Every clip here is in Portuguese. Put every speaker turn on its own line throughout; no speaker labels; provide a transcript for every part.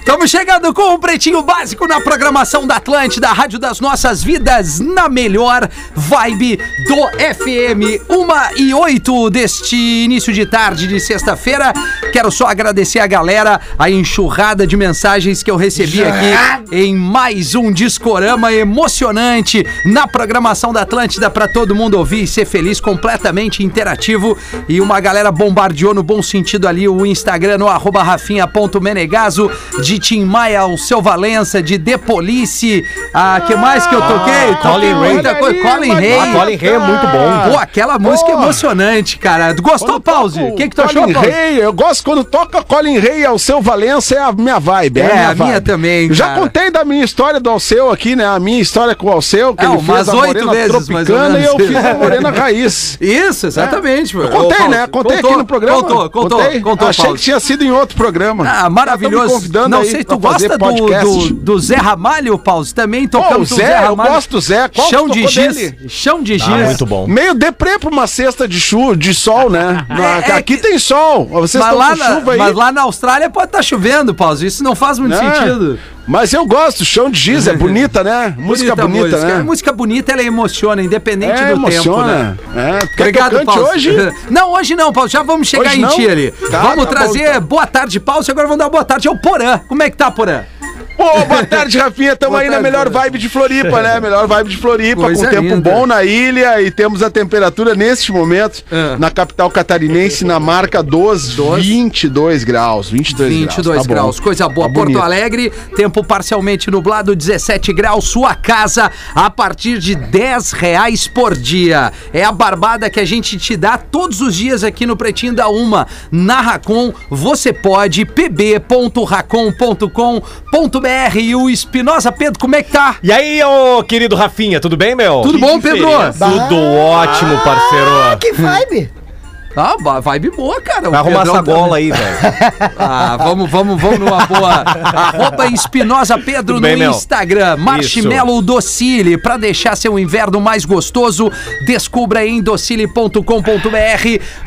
Estamos chegando com o Pretinho Básico na programação da Atlântida, a Rádio das Nossas Vidas, na melhor vibe do FM. Uma e oito deste início de tarde de sexta-feira. Quero só agradecer a galera, a enxurrada de mensagens que eu recebi aqui em mais um discorama emocionante na programação da Atlântida para todo mundo ouvir e ser feliz, completamente interativo. E uma galera bombardeou no bom sentido ali o Instagram no arroba rafinha.menegaso de Tim Maia ao Seu Valença, de The Police, a que mais que eu toquei? Toquei
Ah, Colin Ray.
muita coisa. Colin Ray.
Ah, Colin Ray é muito bom.
Pô, aquela música é
Pô.
emocionante, cara. Gostou, Pause? O que, que tu achou,
Colin
Pause?
Rey, eu gosto quando toca Colin Rey, Alceu Valença é a minha vibe.
É,
minha
a minha
vibe.
também,
Já
cara.
contei da minha história do Alceu aqui, né? A minha história com o Alceu, que
É,
ele
umas
fez a
oito
morena
vezes, mais ou
tropicana e eu
menos.
fiz a morena raiz.
Isso,
É.
exatamente, mano.
Contei,
Ô,
né?
Pause,
Contei aqui no programa.
Contou, contou,
Contei?
contou,
Achei
Pause.
que tinha sido em outro programa.
Ah,
Já tão Tá me
maravilhoso.
convidando
Não
aí
sei,
pra
tu
fazer
gosta do,
podcast.
do, do Zé Ramalho, Pause? Também
Pô, o
tocamos
Zé, eu gosto do Zé. Qual
Chão
que
de
tocou
giz.
dele?
Chão de giz.
Ah, muito bom.
Meio deprê pra uma cesta de chuva, de sol, né?
É, é
aqui
que-
tem sol. Vocês
Mas
estão
lá,
com
na,
chuva aí.
mas lá na Austrália pode estar chovendo, Pause. Isso não faz muito
né?
sentido.
Mas eu gosto, chão de giz, é bonita, né? Música bonita,
música.
né?
Música bonita, ela emociona, independente
É,
do tempo, né?
emociona. É, tu quer que eu
Obrigado,
cante
Paulo.
hoje?
Não, hoje não, Paulo. Já vamos chegar
Hoje
em
não?
ti ali.
Tá,
vamos
tá
trazer
bom, tá.
boa tarde, Paulo. e Agora vamos dar uma boa tarde ao Porã. Como é que tá, Porã?
Pô, boa tarde, Rafinha. Tamo
Boa
aí
tarde,
na melhor
boa tarde.
vibe de Floripa, né? Melhor vibe de Floripa,
Coisa
com tempo
linda.
bom na ilha e temos a temperatura neste momento
É.
na capital catarinense na marca dos 22 graus. 22,
22
graus. tá bom.
graus, coisa boa.
Tá
Porto
bonito.
Alegre, tempo parcialmente nublado, 17 graus, sua casa a partir de 10 reais por dia. É a barbada que a gente te dá todos os dias aqui no Pretinho da Uma. Na Racon, você pode, pb.racon.com.br e o Espinosa Pedro, como é que tá?
E aí, ô querido Rafinha, tudo bem, meu?
Tudo bom, Pedro?
Tudo ótimo, parceiro.
Que vibe!
Ah, ba- vibe boa, cara. tá
Vai arrumar essa
bola
gola aí, velho.
Ah, vamos, vamos, vamos numa boa. Arroba Espinosa Pedro
Tudo bem,
no
meu?
Instagram. Marshmallow Docile. Pra deixar seu inverno mais gostoso, descubra em docile.com.br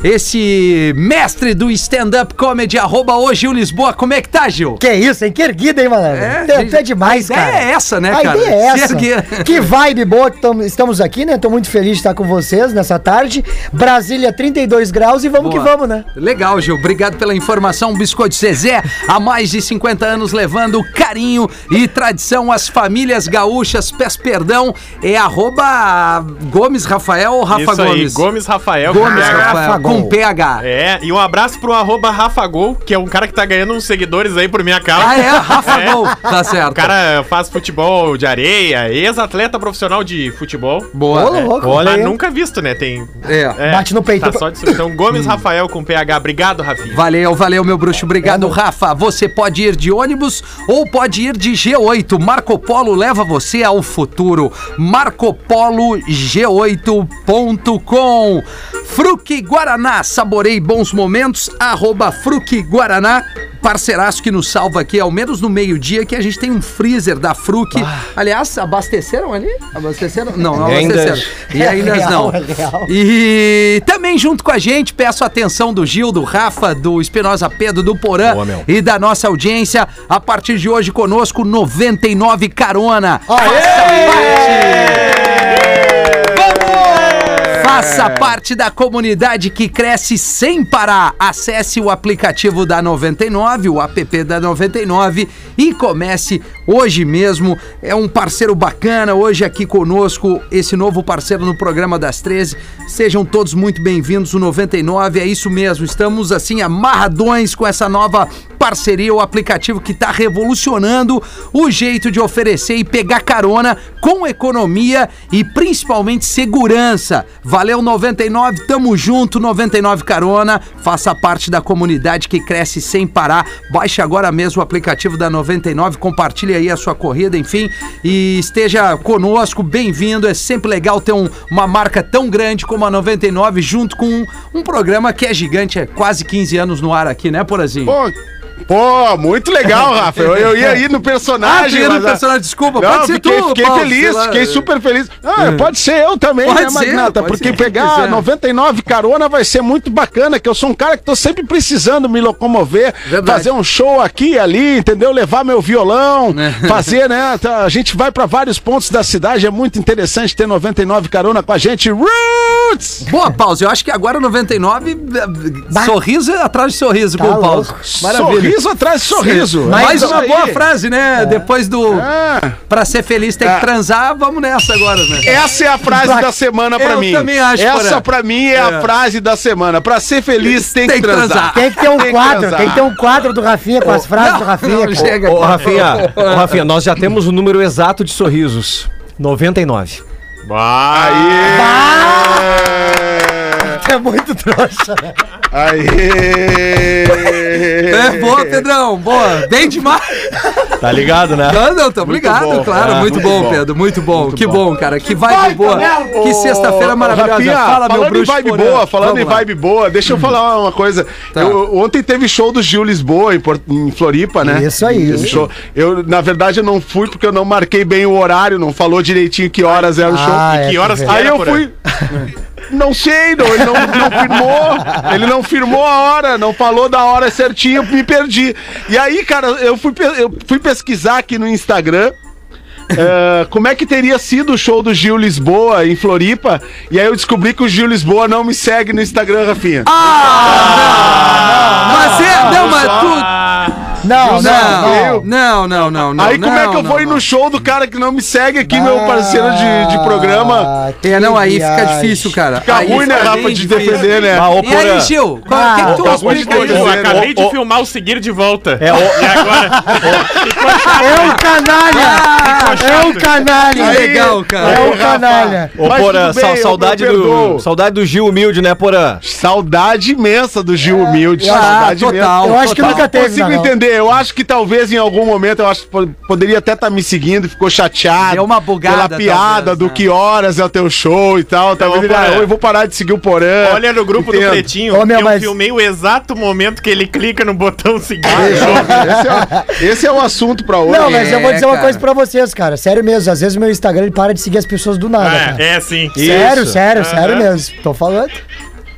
esse mestre do stand-up comedy. Arroba hoje Gil Lisboa. Como é que tá, Gil?
Que isso, hein? Que erguida, hein, malandro?
É,
É, Tem
gente,
até demais,
a ideia
cara.
é essa, né,
a
cara?
Ideia é
Se
essa.
erguer.
Que vibe boa que tamo- estamos aqui, né? Tô muito feliz de estar com vocês nessa tarde. Brasília, 32 graus e vamos
Boa.
que vamos, né?
Legal, Gil. Obrigado pela informação. Biscoito Zezé, há mais de 50 anos levando carinho e tradição às famílias gaúchas. Peço perdão, é arroba Gomes Rafael ou Rafa
Isso aí,
Gomes?
Gomes Rafael.
Gomes
PH.
Rafael,
Gol.
É com PH.
É, e um abraço pro arroba Rafagol, que é um cara que tá ganhando uns seguidores aí por minha causa.
Ah, é? Rafa
É.
Gol. Tá certo.
O cara faz futebol de areia, ex-atleta profissional de futebol.
Ô,
Boa.
louco.
Olha
mas
aí.
nunca visto, né? Tem.
É.
Bate no peito.
Tá só disso. Então,
Hum.
Gomes Rafael com PH. Obrigado, Rafinha.
Valeu, valeu, meu bruxo. Obrigado, Rafa. Você pode ir de ônibus ou pode ir de G8. Marco Polo leva você ao futuro. MarcoPoloG8.com. Fruque Guaraná. Saborei bons momentos. Arroba Fruque Guaraná. Parceiraço que nos salva aqui, ao menos no meio-dia, que a gente tem um freezer da Fruc. Aliás, abasteceram ali? Abasteceram? Não, não
E ainda-
abasteceram. E ainda
É real,
não.
é real.
E também junto com a gente, peço a atenção do Gil, do Rafa, do Espinosa Pedro, do Porã
Boa, meu.
e da nossa audiência. A partir de hoje conosco, 99 Carona. Faça parte da comunidade que cresce sem parar. Acesse o aplicativo da 99, o app da 99 e comece hoje mesmo. É um parceiro bacana hoje aqui conosco, esse novo parceiro no programa das 13. Sejam todos muito bem-vindos. O 99 é isso mesmo. Estamos assim amarradões com essa nova parceria, o aplicativo que está revolucionando o jeito de oferecer e pegar carona com economia e principalmente segurança. Valeu 99, tamo junto 99 Carona, faça parte da comunidade que cresce sem parar. Baixe agora mesmo o aplicativo da 99, compartilhe aí a sua corrida, enfim, e esteja conosco, bem-vindo. É sempre legal ter um- uma marca tão grande como a 99 junto com um, um programa que é gigante, é quase 15 anos no ar aqui, né, Porazinho?
Pô, Pô, muito legal, Rafa. Eu, eu ia ir no
Ah,
personagem.
tu ia no
mas a-
personagem, desculpa,
Não,
pode ser
fiquei,
tu,
fiquei
Paulo, sei
feliz,
lá. é.
fiquei super feliz. Ah, pode ser eu também,
Pode
né,
ser,
Magnata?
pode
porque
ser,
pegar
pois é.
99 carona vai ser muito bacana, que eu sou um cara que tô sempre precisando me locomover,
Verdade.
fazer um show aqui e ali, entendeu? Levar meu violão,
É.
fazer, né? tá, A gente vai pra vários pontos da cidade, é muito interessante ter 99 carona com a gente. Roots!
Boa, Paulo, eu acho que agora 99, sorriso é atrás de sorriso com o Paulo.
Tá louco.
Sorriso atrás de sorriso.
Mais
É isso
uma
aí.
boa frase, né? Depois do
É.
pra ser feliz tem que transar, vamos nessa agora, né?
Essa é a frase da semana pra
Eu
mim.
também acho, Porã.
Essa pra mim é, a frase da semana. Pra ser feliz tem, que transar.
Tem que ter um
Tem que
quadro,
transar.
tem que ter um quadro do Rafinha com as frases do Rafinha. pô.
chega.
Ô,
cara.
Rafinha, ô, Rafinha, nós já temos o número exato de sorrisos. 99.
Aê!
É muito trouxa. né?
Aê!
É, boa, Pedrão, boa. Bem demais.
Tá ligado, né?
Não, não, tamo ligado,
bom,
claro.
cara,
muito,
muito
bom,
bom.
Pedro, muito bom. que bom, cara. Que vibe boa.
Ô,
que sexta-feira
um ô,
maravilhosa.
Rafinha, falando em
bruxo
vibe
Porã.
boa, falando
Vamos
em
lá.
vibe boa, deixa eu falar uma coisa.
Tá.
Eu- ontem teve show do Gil Lisboa em, Port- em Floripa, né?
Isso aí.
Esse show. Eu, na verdade, eu não fui porque eu não marquei bem o horário, não falou direitinho que horas era o show.
Ah,
E
é,
que horas
tá
que
Aí
era,
eu
Porã?
fui. Não sei, não, ele não, não firmou. Ele não firmou a hora, não falou da hora certinha, eu me perdi. E aí, cara, eu fui, pe- eu fui pesquisar aqui no Instagram. eh, como é que teria sido o show do Gil Lisboa em Floripa? E aí eu descobri que o Gil Lisboa não me segue no Instagram, Rafinha.
Ah, Mas é, não, mas tu.
Não, não,
tá? Não,
não.
não, não, não. não
aí como é
não,
que eu
não,
vou ir
não.
no show do cara que não me segue aqui, meu parceiro de, de programa?
Ah, que
É, não, aí fica
viagem.
difícil, cara.
Fica
Aí
ruim, né,
fica
Rafa,
bem
de
difícil.
defender, né?
Ah, ô,
E aí,
Porã.
Gil? O que, que tu
acabou de
explica
dizer.
Eu
isso?
acabei
Ô,
tá de
ô.
filmar o seguir de volta.
É, ô,
E agora?
É um
Ah,
canalha! É um canalha!
que legal,
É
cara.
um canalha!
Ô,
Mas
Porã,
tudo bem,
sa-
eu- eu
saudade, do,
perdoo.
saudade do Gil Humilde, né, Porã?
Saudade imensa do Gil Humilde.
Ah,
saudade
total.
Eu acho É, que
Mas
nunca teve,
consigo
Magal.
entender. Eu acho que talvez em algum momento eu acho que po- poderia até estar me seguindo, ficou chateado.
Deu uma bugada,
Pela piada
talvez,
do
né?
que horas é o teu show e tal. Talvez
Ô,
ele, ah,
Porã.
eu vou parar de seguir o Porã.
Olha no grupo do
Entendo.
Pretinho,
Ô, meu,
eu
mas-
filmei o exato momento que ele clica no botão seguir.
Ah,
Esse é, o- esse é o assunto pra hoje.
Não, mas eu vou
É,
dizer uma
cara.
coisa pra vocês, cara. Sério mesmo, às vezes meu Instagram ele para de seguir as pessoas do nada, cara.
É, é sim.
Sério,
Isso.
sério, sério
Aham.
mesmo. Tô falando.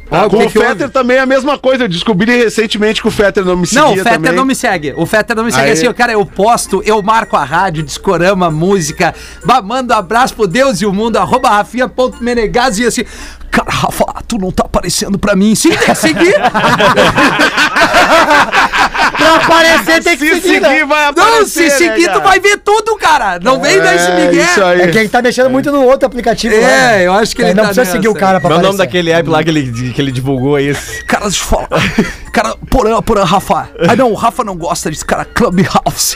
Ah, o
Com
que
o
que houve?
Fetter também é a mesma coisa. Eu descobri recentemente que o Fetter não me seguia
Não, o Fetter
também.
não me segue. O Fetter não me segue
Aí.
assim, eu, cara, eu posto, eu marco a rádio, discorama, música, bah, mando abraço pro Deus e o mundo, arroba rafinha.menegaz e assim. Cara, Rafa, tu não tá aparecendo pra mim. Sim, tem que seguir.
Ah,
Pra aparecer tem que
Se
seguir, né?
seguir, vai aparecer.
não, se seguir,
né,
tu
cara?
vai ver tudo, cara. Não vem dar esse
É,
Miguel.
isso aí.
É que ele tá deixando muito no outro aplicativo.
É,
lá, né?
eu acho que
Aí
ele
não
tá
precisa seguir o
nessa.
cara pra
Qual é o nome
aparecer.
daquele app lá que ele, que ele divulgou aí? esse?
Cara, deixa eu falar. Cara, porã, porã, Rafa. Ah, não, o Rafa não gosta disso, cara. Clubhouse.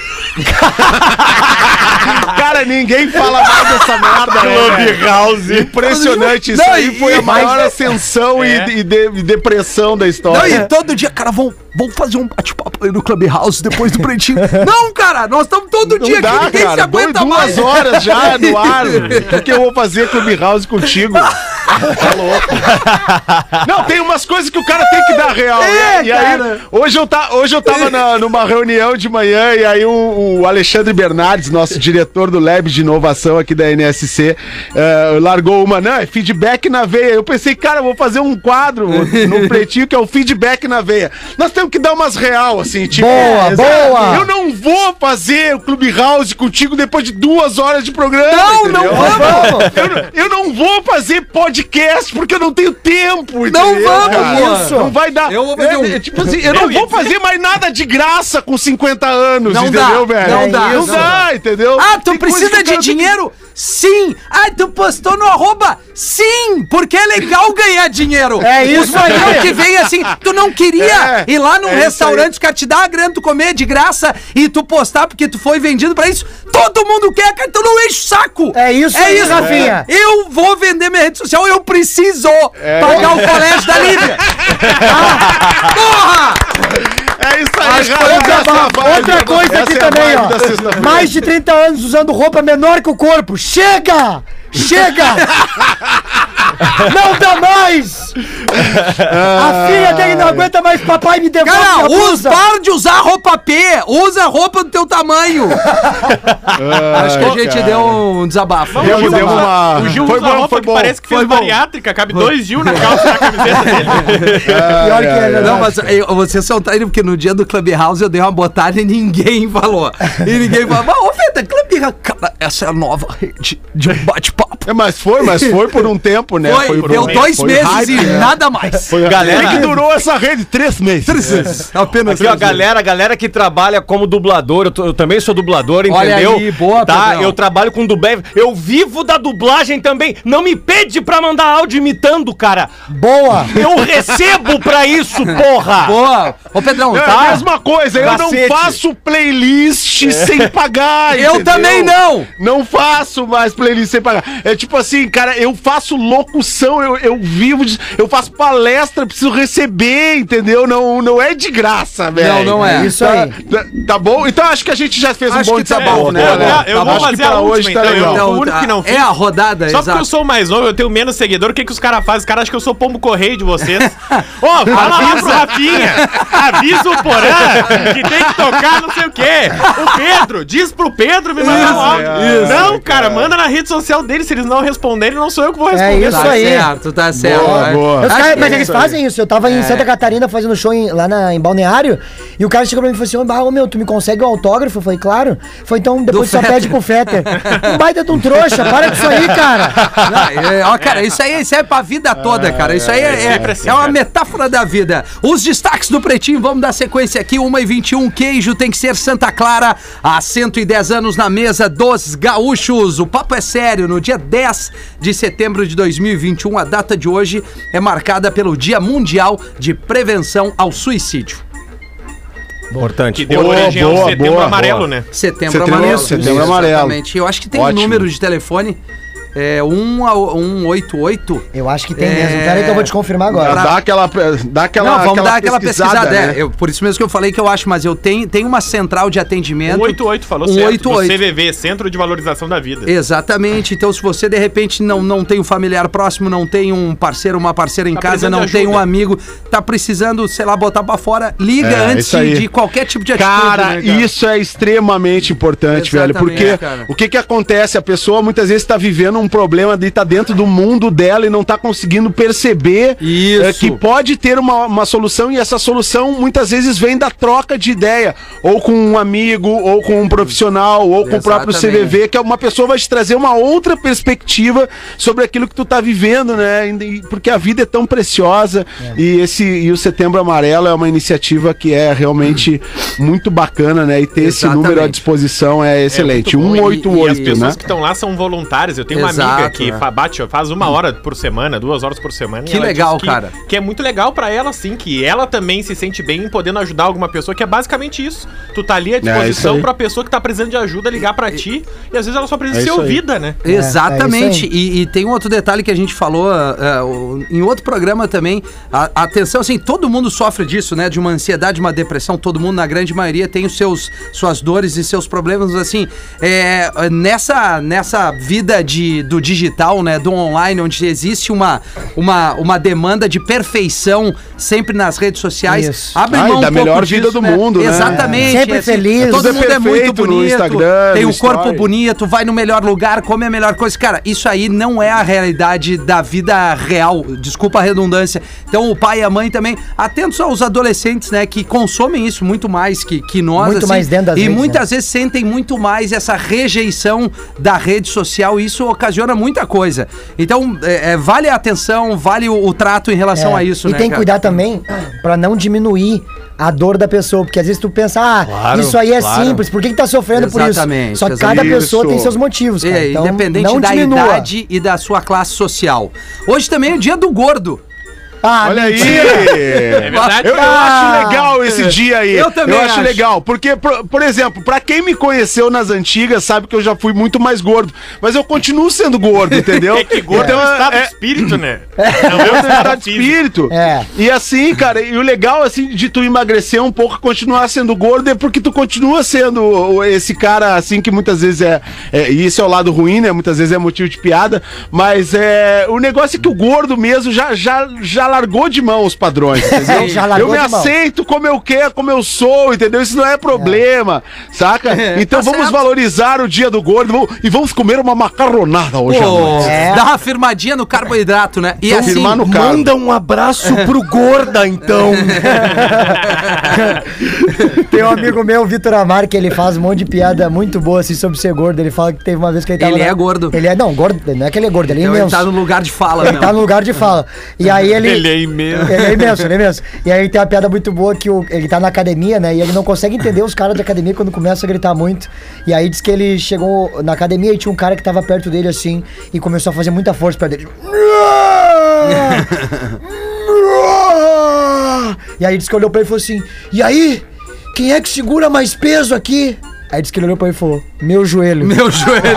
Cara, ninguém fala mais dessa merda. né, velho?
É.
Clubhouse.
Impressionante isso
Não,
aí.
e-
Foi
e-
a maior ascensão e-
É.
e, de- e depressão da
Não,
história.
e todo dia, cara, vão, vão fazer um bate-papo aí no Clubhouse depois do pretinho. Não, cara, nós estamos todo
Não
dia
dá,
aqui, ninguém se
cara. Duas
aguenta mais.
duas horas já no ar. O que eu vou fazer Clubhouse contigo? Tá louco. Não, tem umas coisas que o cara tem que dar real. né?
É,
E aí,
cara.
hoje eu, tá, hoje eu tava na- numa reunião de manhã e aí o, o Alexandre Bernardes, nosso diretor do Lab de Inovação aqui da NSC, eh, largou uma, não, é feedback na veia. Eu pensei, cara, eu vou fazer um quadro no pretinho que é o feedback na veia. Nós temos que dar umas real, assim, tipo.
Boa, boa.
Eu não vou fazer o Clube House contigo depois de duas horas de programa.
Não, não
entendeu?
vamos.
Eu, não- eu não vou fazer podcast porque eu não tenho tempo.
Não
entendeu,
vamos,
cara?
isso.
Não vai dar.
Eu vou fazer
É,
um-
é, tipo assim, eu não
Eu ia
vou fazer mais nada de graça com 50 anos,
Não dá,
entendeu, velho?
não dá,
Não
não
dá, entendeu?
Ah, tu
Tem coisa que
precisa
o
de
cara tem que-
dinheiro? Sim! Ah, tu postou no arroba? Sim! Porque é legal ganhar dinheiro!
É isso aí.
Não que vem assim, tu não queria
É,
ir lá num
é isso
restaurante, os caras te dar a grana, tu comer de graça e tu postar porque tu foi vendido pra isso. Todo mundo quer, cara, tu não enche o saco!
É isso
é
aí,
isso.
Rafinha.
Eu vou vender minha rede social, eu preciso
É.
pagar o colégio da Lívia! Ah, porra!
É isso aí, Rafa,
Outra,
essa é a vibe,
outra coisa
essa
aqui
é a
também,
vibe
ó.
da sexta-feira.
Mais de 30 anos usando roupa menor que o corpo. Chega! Chega! Não dá mais! A filha dele não aguenta mais, papai me devolve
Cara,
a
usa,
blusa.
para de usar roupa P, usa a roupa do teu tamanho.
Ah,
Acho que a gente deu um desabafo.
Deu-
Gil
deu
usa-
uma-
O Gil
Foi
usa
bom,
roupa
foi
que
bom,
parece que
foi
fez
bom.
bariátrica, cabe dois Gil na calça e na camiseta
Pior
dele.
que é,
Não,
verdade.
mas eu- vocês são traíram porque no dia do Clubhouse eu dei uma botada e ninguém falou. E ninguém falou, "Mas, ô Feta, Clubhouse, cara, essa é a nova rede de um bate-papo.
É, mas foi, mas foi por um tempo, né?
Foi,
por
deu
um-
dois
foi
meses
hype,
e
né?
nada mais.
Foi
Galera-
galera. que durou essa rede? Três meses.
É. Apenas
Aqui, ó, galera, galera que trabalha como dublador, eu, tô- eu também sou dublador,
Olha
entendeu?
aí, boa,
tá?
Pedrão.
Eu trabalho com dublagem, eu vivo da dublagem também. Não me pede pra mandar áudio imitando, cara.
Boa!
Eu recebo pra isso, porra.
Boa. Ô Pedrão,
É
tá?
a mesma coisa, eu
Cacete.
não faço playlist sem pagar.
Eu
entendeu?
também não.
Não faço mais playlist sem pagar. É tipo assim, cara, eu faço locução, eu, eu vivo, de- eu faço palestra, preciso receber, entendeu? Não, não é de graça, velho.
não é.
Isso aí.
Tá, tá bom? Então acho que a gente já fez
Acho
um bom
que tá
desabafo,
bom,
né?
tá
galera?
bom,
Acho
eu vou
que
fazer
pra
a última,
hoje tá
então, eu-
legal.
Não,
Então,
o único
tá.
que não
é
fez.
a rodada,
Só porque eu
exato.
sou mais novo, eu tenho menos seguidor. O que, que os caras fazem? Os caras acham que eu sou o pombo correio de vocês. Ô, fala lá pro Rafinha. Avisa o Porã que tem que tocar não sei o quê. O Pedro, diz pro Pedro me mandar um áudio. não, cara,
é.
manda na rede social dele. Se eles não responderem, não sou eu que vou responder.
isso
Tá
Isso aí.
certo, tá certo. né?
boa.
Os
Acho
caras-
que
mas
é
eles
isso aí. É.
fazem isso. Eu tava em Santa Catarina fazendo show em- lá na- em Balneário e o cara chegou pra mim e falou assim: "Ô, bah, ô, meu, tu me consegue o autógrafo? Eu falei, claro. Foi então depois
Do
tu só
Fetter.
pede pro Fetter. Um baita de um trouxa, para disso aí, cara.
Não, é, ó, cara, isso aí serve pra vida toda, cara. Isso aí é, é-
sempre assim,
é uma
cara.
metáfora da vida. Os destaques do Pretinho, vamos dar sequência aqui. 1h21, queijo tem que ser Santa Clara. Há 110 anos na mesa dos gaúchos. O papo é sério. No dia 10 de setembro de 2021, a data de hoje é marcada pelo Dia Mundial de Prevenção ao Suicídio.
Importante.
Que deu
Boa,
origem ao
boa,
setembro
boa,
amarelo,
boa.
né?
Setembro,
Setembro-
amarelo.
Setembro
Isso,
amarelo.
Exatamente. Eu acho que tem um
Ótimo.
número de telefone. É 1 a 188.
Eu acho que tem
É.
mesmo. Peraí que eu vou te confirmar agora.
Dá aquela, dá aquela, né?
Não, vamos dar aquela pesquisada. é. Eu- por isso mesmo que eu falei que eu acho, mas eu tenho, tenho uma central de atendimento.
188 falou certo.
188.
Do CVV, Centro de Valorização da Vida.
Exatamente. Então, se você de repente não, não tem um familiar próximo, não tem um parceiro, uma parceira em
Tá
casa,
precisando
não
de
tem um
ajuda.
amigo, tá precisando, sei lá, botar pra fora, liga
É,
antes
isso aí.
de qualquer tipo de atitude.
Cara,
né,
isso é extremamente importante, velho.
Exatamente, né,
Porque
cara.
o que que acontece? A pessoa muitas vezes tá vivendo um problema de tá dentro do mundo dela e não tá conseguindo perceber
Isso.
eh, que pode ter uma, uma solução e essa solução muitas vezes vem da troca de ideia. Ou com um amigo, ou com um profissional, ou com o próprio
Exatamente.
CVV, que é uma pessoa vai te trazer uma outra perspectiva sobre aquilo que tu tá vivendo, né? E- e- Porque a vida é tão preciosa e esse e o Setembro Amarelo é uma iniciativa que é realmente muito bacana, né? E ter esse
Exatamente.
número à disposição é excelente.
muito bom. E, e as
188,
pessoas
né?
que estão lá são voluntárias. Eu tenho uma
Exato,
amiga que
né?
fa- bate, faz uma hora por semana, duas horas por semana. e
Que
ela
legal,
diz
cara.
Que é muito legal pra ela, assim, que ela também se sente bem podendo ajudar alguma pessoa, que é basicamente isso. Tu tá ali à
É, isso
disposição
aí.
pra pessoa que tá precisando de ajuda ligar pra ti. E às vezes ela só precisa
É
ser
isso aí.
ouvida, né?
É,
Exatamente.
é
e, e tem um outro detalhe que a gente falou ah, ah, em outro programa também. A- atenção, assim, todo mundo sofre disso, né? De uma ansiedade, uma depressão. Todo mundo, na grande maioria, tem os seus suas dores e seus problemas. Assim, é, nessa, nessa vida de, do digital, né? Do online, onde existe uma, uma, uma demanda de perfeição sempre nas redes sociais.
Isso.
Abre um
Ah, e da
pouco
melhor vida do mundo, né?
Exatamente.
Sempre feliz.
Todo
Tudo é
mundo é muito
perfeito no
bonito.
Instagram,
tem
no
o corpo
story.
bonito bonito, vai no melhor lugar, come a melhor coisa. Cara, isso aí não é a realidade da vida real, desculpa a redundância. Então o pai e a mãe também, atentos aos adolescentes, né, que consomem isso muito mais que, que nós. assim,
Muito mais dentro das
E
redes, né?
muitas vezes sentem muito mais essa rejeição da rede social e isso ocasiona muita coisa. Então é, é, vale a atenção, vale o, o trato em relação
É,
a isso,
E
né,
tem que
cara?
cuidar também pra não diminuir a dor da pessoa, porque às vezes tu pensa, ah,
Claro,
isso aí é
claro.
simples, por que, que tá sofrendo por
Exatamente,
isso? Só que cada
exatamente.
pessoa tem
Isso.
seus motivos, cara.
É,
Então,
independente
não
da
diminua.
idade e da sua classe social. Hoje também é o dia do gordo.
Ah,
Olha aí!
verdade?
Eu, eu
Ah.
acho legal esse dia aí.
Eu também
Eu acho,
acho.
legal. Porque, por, por exemplo, pra quem me conheceu nas antigas, sabe que eu já fui muito mais gordo. Mas eu continuo sendo gordo, entendeu?
É que gordo é, um estado de
é,
espírito, né? Não é um
tá
estado
de
físico.
espírito.
É.
E assim, cara, e o legal assim de tu emagrecer um pouco, e continuar sendo gordo é porque tu continua sendo o- esse cara assim que muitas vezes é, é- e isso é o lado ruim, né? Muitas vezes é motivo de piada, mas é o negócio é que o gordo mesmo já já, já largou de mão os padrões, entendeu?
Já largou
eu me
de mão.
aceito como eu quero, como eu sou, entendeu? Isso não é problema, saca?
É.
Então
Tá
vamos
certo.
valorizar o dia do gordo vamos- e vamos comer uma macarronada hoje à noite.
Pô,
É.
Dá uma firmadinha no carboidrato, né? E assim,
firmar no carro.
Então, um abraço pro Gorda, então.
Tem um amigo meu, Vitor Amar, que ele faz um monte de piada muito boa assim sobre ser gordo. Ele fala que teve uma vez que ele tava.
Ele
na-
é gordo.
Ele é, não, gordo. Não é que ele é gordo, ele é
então ele
imenso.
tá no lugar de fala,
Ele
mesmo.
tá no lugar de fala. E aí ele.
Ele é imenso.
Ele é imenso, ele é imenso. E aí tem uma piada muito boa que o- ele tá na academia, né? E ele não consegue entender os caras da academia quando começa a gritar muito. E aí diz que ele chegou na academia e tinha um cara que tava perto dele assim e começou a fazer muita força perto dele. E aí diz que olhou pra ele e falou assim: E aí? Quem é que segura mais peso aqui? Aí diz que ele olhou pra ele e falou: Meu joelho.
Meu joelho.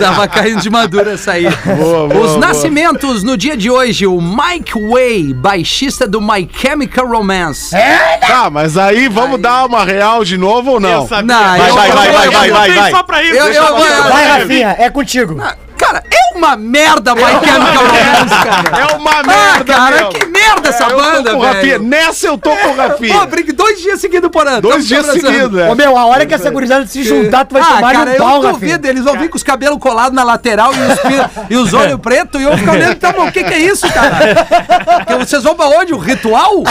Tava caindo de madura essa aí. Os nascimentos no dia de hoje, o Mike Way, baixista do My Chemical Romance. É,
Tá, mas aí vamos dar uma real de novo ou não?
Eu sabia.
Não, eu- eu-
vai, vai, vai,
eu-
vai,
eu-
vai,
eu-
vai.
só
pra
isso, eu- deixa eu- pra- eu-
Vai, Rafinha, é contigo.
Cara, é uma merda My Chemical Romance, cara.
É uma
Ah,
merda,
cara,
meu. É,
que merda essa
eu
banda,
tô com o Rafinha.
velho.
Nessa eu tô com o
Pô,
Rafinha.
brigue dois dias seguidos por ano.
Dois dias seguidos,
Ô
é.
meu, a hora que essa gurizada se juntar, tu vai tomar
Ah, cara,
um pau,
eu
Rafinha.
duvido, eles vão vir com os cabelos colados na lateral e os, pi- e os olhos pretos e eu vou ficar olhando, tá bom, o que que é isso, cara? Que Vocês vão pra onde? O ritual?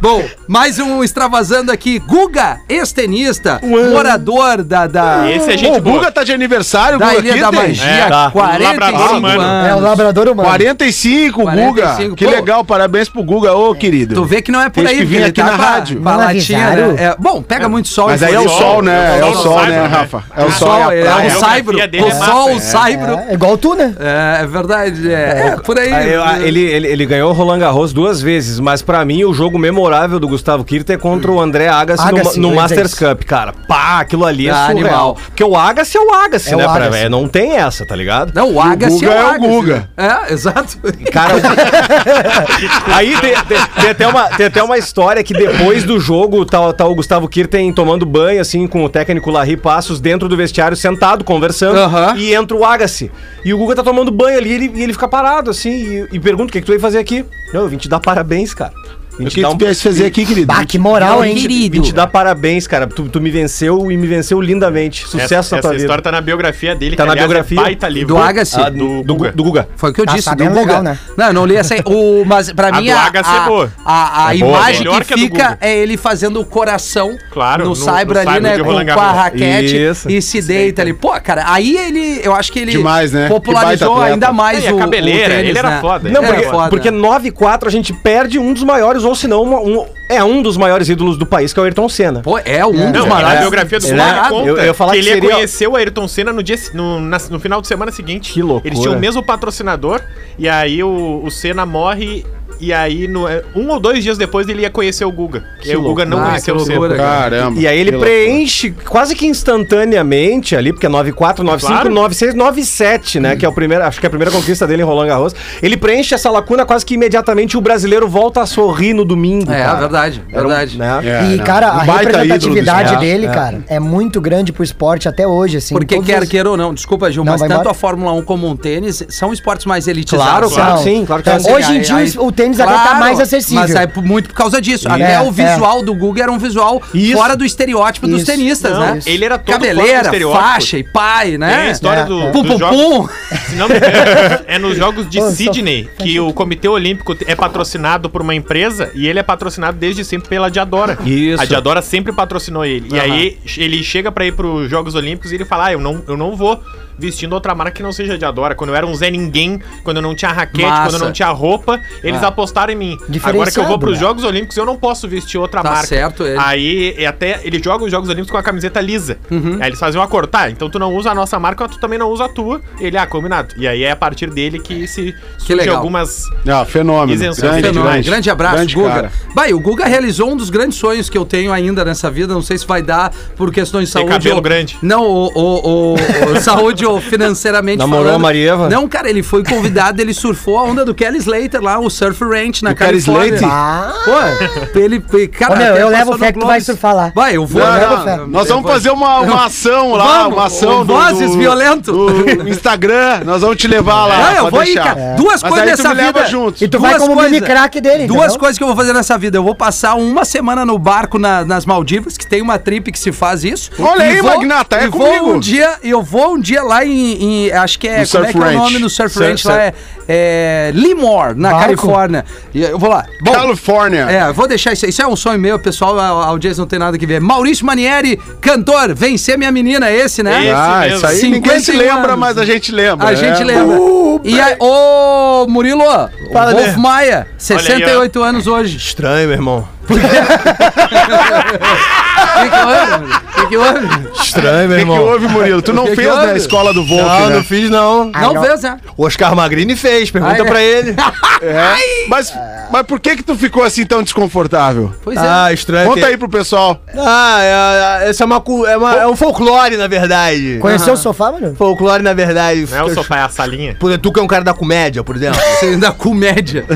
bom, mais um extravasando aqui. Guga, ex-tenista, morador da... da...
Esse é
Pô,
gente
o
boa.
Guga tá de aniversário,
Da
Guga
Ilha
aqui,
da
tem?
Magia,
É, tá.
45
Labrador humano.
É o
anos.
labrador humano.
45, Guga.
45,
Que
pô.
legal, parabéns pro Guga, ô querido.
Tu vê que não é por
Tem
aí,
que vir
ele
aqui
tá
na
com a-
rádio.
com a
Não
latinha,
avisaram?
né? É, bom, pega muito sol.
Mas
e
aí é o
folha.
sol, né? É o
Sol,
sol,
saibro,
né,
né?
Rafa? É
O
o sol.
sol, é,
praia.
o
praia.
saibro.
A biografia dele
O
é massa,
sol, o
é.
saibro.
É, igual tu, né?
É, é verdade, é, é, por aí.
Ah, eu- ah, ele, ele, ele ganhou o Roland Garros duas vezes, mas pra mim o jogo memorável do Gustavo Kirten é contra o André Agassi, no-
Agassi,
no,
eu ia dizer
Masters
isso.
Cup, cara. Pá, aquilo ali é
Ah,
surreal.
animal.
Porque o Agassi é o Agassi,
É
né,
o
pra-
Agassi.
é, Não tem essa, tá ligado?
Não, o Agassi
Guga é o
Agassi,
Guga.
né? É, exato.
Cara, o- aí tem, tem- tem até uma, tem até uma história que depois do jogo tá, tá o Gustavo Kirten tomando banho, assim, com o técnico Larry Passos dentro do vestiário, sentado, conversando,
Aham.
e entra o Agassi. E o Guga tá tomando banho ali e ele, e ele fica parado, assim, e, e pergunta o que, que tu veio fazer aqui. Não, eu vim te dar parabéns, cara. Vim
O
te
que
dar
tu
um...
quer fazer aqui, querido?
Ah, que moral, hein?
Vim te dar parabéns, cara. Tu, tu me venceu e me venceu lindamente. Sucesso
Essa,
na tua
essa
vida.
história tá na biografia dele,
Tá na
aliás,
biografia.
é baita livro.
Do Agassi?
Ah, do, do Guga.
Do Guga.
Foi o que eu
Tá
disse,
sabendo
Guga.
legal, né?
Não, eu não li essa aí. O, mas pra
A
mim,
do
a,
Agassi é boa.
a, a
É boa,
imagem
melhor
que
que a do
fica
Guga.
é ele fazendo o coração
Claro,
no,
no-
cyber
no
ali,
cyber
né?
de
Com,
Roland
com a
Garros.
raquete
Isso.
e se deita ali. Pô, cara, aí ele, eu acho que ele
Demais, né? Que baita
popularizou
atleta.
ainda mais
É, e a
o, o
cabeleira,
tênis,
ele era
né?
foda.
Não,
É,
porque,
é foda.
porque 9 4 a gente perde um dos maiores, ou se não, uma- um, é um dos maiores ídolos do país, que é o Ayrton Senna.
Pô, é um
Não,
dos
e na
maiores.
biografia do
Ele
Guga
é-
ele conta
eu- eu ia falar
que
que
ele
seria-
conheceu o Ayrton Senna no, dia, se- no, na- no final de semana seguinte.
Que loucura.
Eles tinham o mesmo patrocinador, e aí o, o Senna morre, e aí no- é, um ou dois dias depois ele ia conhecer o Guga. e aí o Guga não
Ah,
conheceu
que
o Senna.
loucura, cara.
Caramba.
E aí ele
que
preenche quase que instantaneamente ali, porque é 94, 95,
Claro.
96, 97, né? Que é o primeiro, acho que é a primeira conquista dele em Roland Garros. Ele preenche essa lacuna quase que imediatamente e o brasileiro volta a sorrir no domingo.
É,
cara.
verdade,
Era um-
verdade.
né?
É,
e,
não.
cara,
Um
a
baita
representatividade
ídolo do esporte.
dele, cara, é muito grande pro esporte até hoje, assim.
Porque
Todos
quer
os-
queira ou não, desculpa, Gil,
Não,
mas
vai
tanto
embora.
a Fórmula 1 como o tênis são esportes mais elitizados.
Claro,
Claro.
claro, sim, claro que sim.
É,
Assim,
hoje em
aí-
dia
aí-
o tênis até tá mais acessível.
Mas é por- muito por causa disso. Até
É,
o visual do Guga era um visual
Isso.
fora do estereótipo dos
Isso.
tenistas,
Não,
né?
ele era todo fora do
Cabeleira,
estereótipo.
faixa e pai,
Tem a
né?
história
É.
do,
Pum,
dos
pum,
jogos-
pum.
Se não me engano, é nos Jogos de
Ô, só- um
Sydney que o Comitê Olímpico é patrocinado por uma empresa e ele é patrocinado desde sempre pela Diadora.
Isso.
A Diadora sempre patrocinou ele. E aí ele chega pra ir pros Jogos Olímpicos e ele fala: ah, eu não, eu não vou. vestindo outra marca que não seja de Adora. Quando eu era um Zé Ninguém, quando eu não tinha raquete,
Massa. Ah.
quando eu não tinha roupa, eles apostaram em mim. Agora que eu
Diferenciado,
vou pros
né?
Jogos Olímpicos, eu não posso vestir outra
Tá
marca.
certo, ele.
Aí e até ele joga os Jogos Olímpicos com a camiseta lisa. Aí eles fazem uma cor, tá? Então tu não usa a nossa marca, mas tu também não usa a tua. Ele, ah, combinado. E aí é a partir dele que se surge
legal.
algumas.
Ah, fenômeno.
Isenção,
grande,
Fenômeno.
grande,
grande, abraço,
grande
Guga.
cara.
Vai, o Guga realizou um dos grandes sonhos que eu tenho ainda nessa vida. Não sei se vai dar por questões de
Tem
saúde.
cabelo
ou-
grande.
Não, ou, ou- ou- ou saúde ou financeiramente
Namorou a Maria Eva?
Não, cara, ele foi convidado, ele surfou a onda do Kelly Slater lá, o Surf Ranch na
Do Kelly
Califórnia.
Slater?
Ah,
é.
Pô, ele... ele- Cara,
Ô, meu,
até
eu levo
passou
fé
no
que tu vai
Globes.
surfar lá.
Vai, eu vou.
Não,
eu
não,
levo fé.
nós vamos
Eu vou.
fazer uma, uma ação lá,
Vamos,
uma ação
o Vozes Violento.
do Instagram, nós vamos te levar lá.
Não, eu
pode
vou aí,
deixar.
cara. Duas
Mas
coisas
aí tu
nessa
me leva
vida.
juntos.
E tu vai
Duas
como
coisas-
mini craque dele,
Duas
entendeu?
coisas que eu vou fazer nessa vida. Eu vou passar uma semana no barco na- nas Maldivas, que tem uma trip que se faz isso.
Olha
E
aí, Magnata, é
e
comigo.
Vou um dia, eu vou um dia lá em. em- acho que é. como é
No Surf
que é o
Ranch.
nome no Surf
Sur-
Ranch
sur-
lá? É, é Limor, na
Barco?
Califórnia. E eu vou lá. Bom,
Califórnia.
é, vou deixar isso aí. Isso é um sonho meu, pessoal. A a audiência não tem nada que ver. Maurício Manieri, cantor, vencer minha menina, esse, né?
Esse
ah,
mesmo.
isso aí ninguém se
51
lembra,
anos.
mas a gente lembra.
A
né?
gente lembra. E aí, ô Murilo, o
Fala,
Wolf
né?
Maia, 68 anos hoje.
Estranho, meu irmão.
O que que houve? O que que houve?
Estranho, meu
O que, que
irmão. é
houve, Murilo? Tu não
que que
fez na
houve?
escola do Volk,
Não,
né?
não fiz, não.
Não fez, né?
O Oscar Magrini fez, pergunta
Ai,
pra ele.
Mas, mas por que que tu ficou assim tão desconfortável?
Pois é.
Ah, estranho.
Conta
que-
aí pro pessoal.
Ah, é- é- essa é uma, cu- é uma- é um folclore, na verdade.
Conheceu o sofá, mano?
Folclore, na verdade.
Não é o sofá, é a salinha.
Por exemplo, tu que é um cara da comédia, por exemplo.
Você ainda comédia.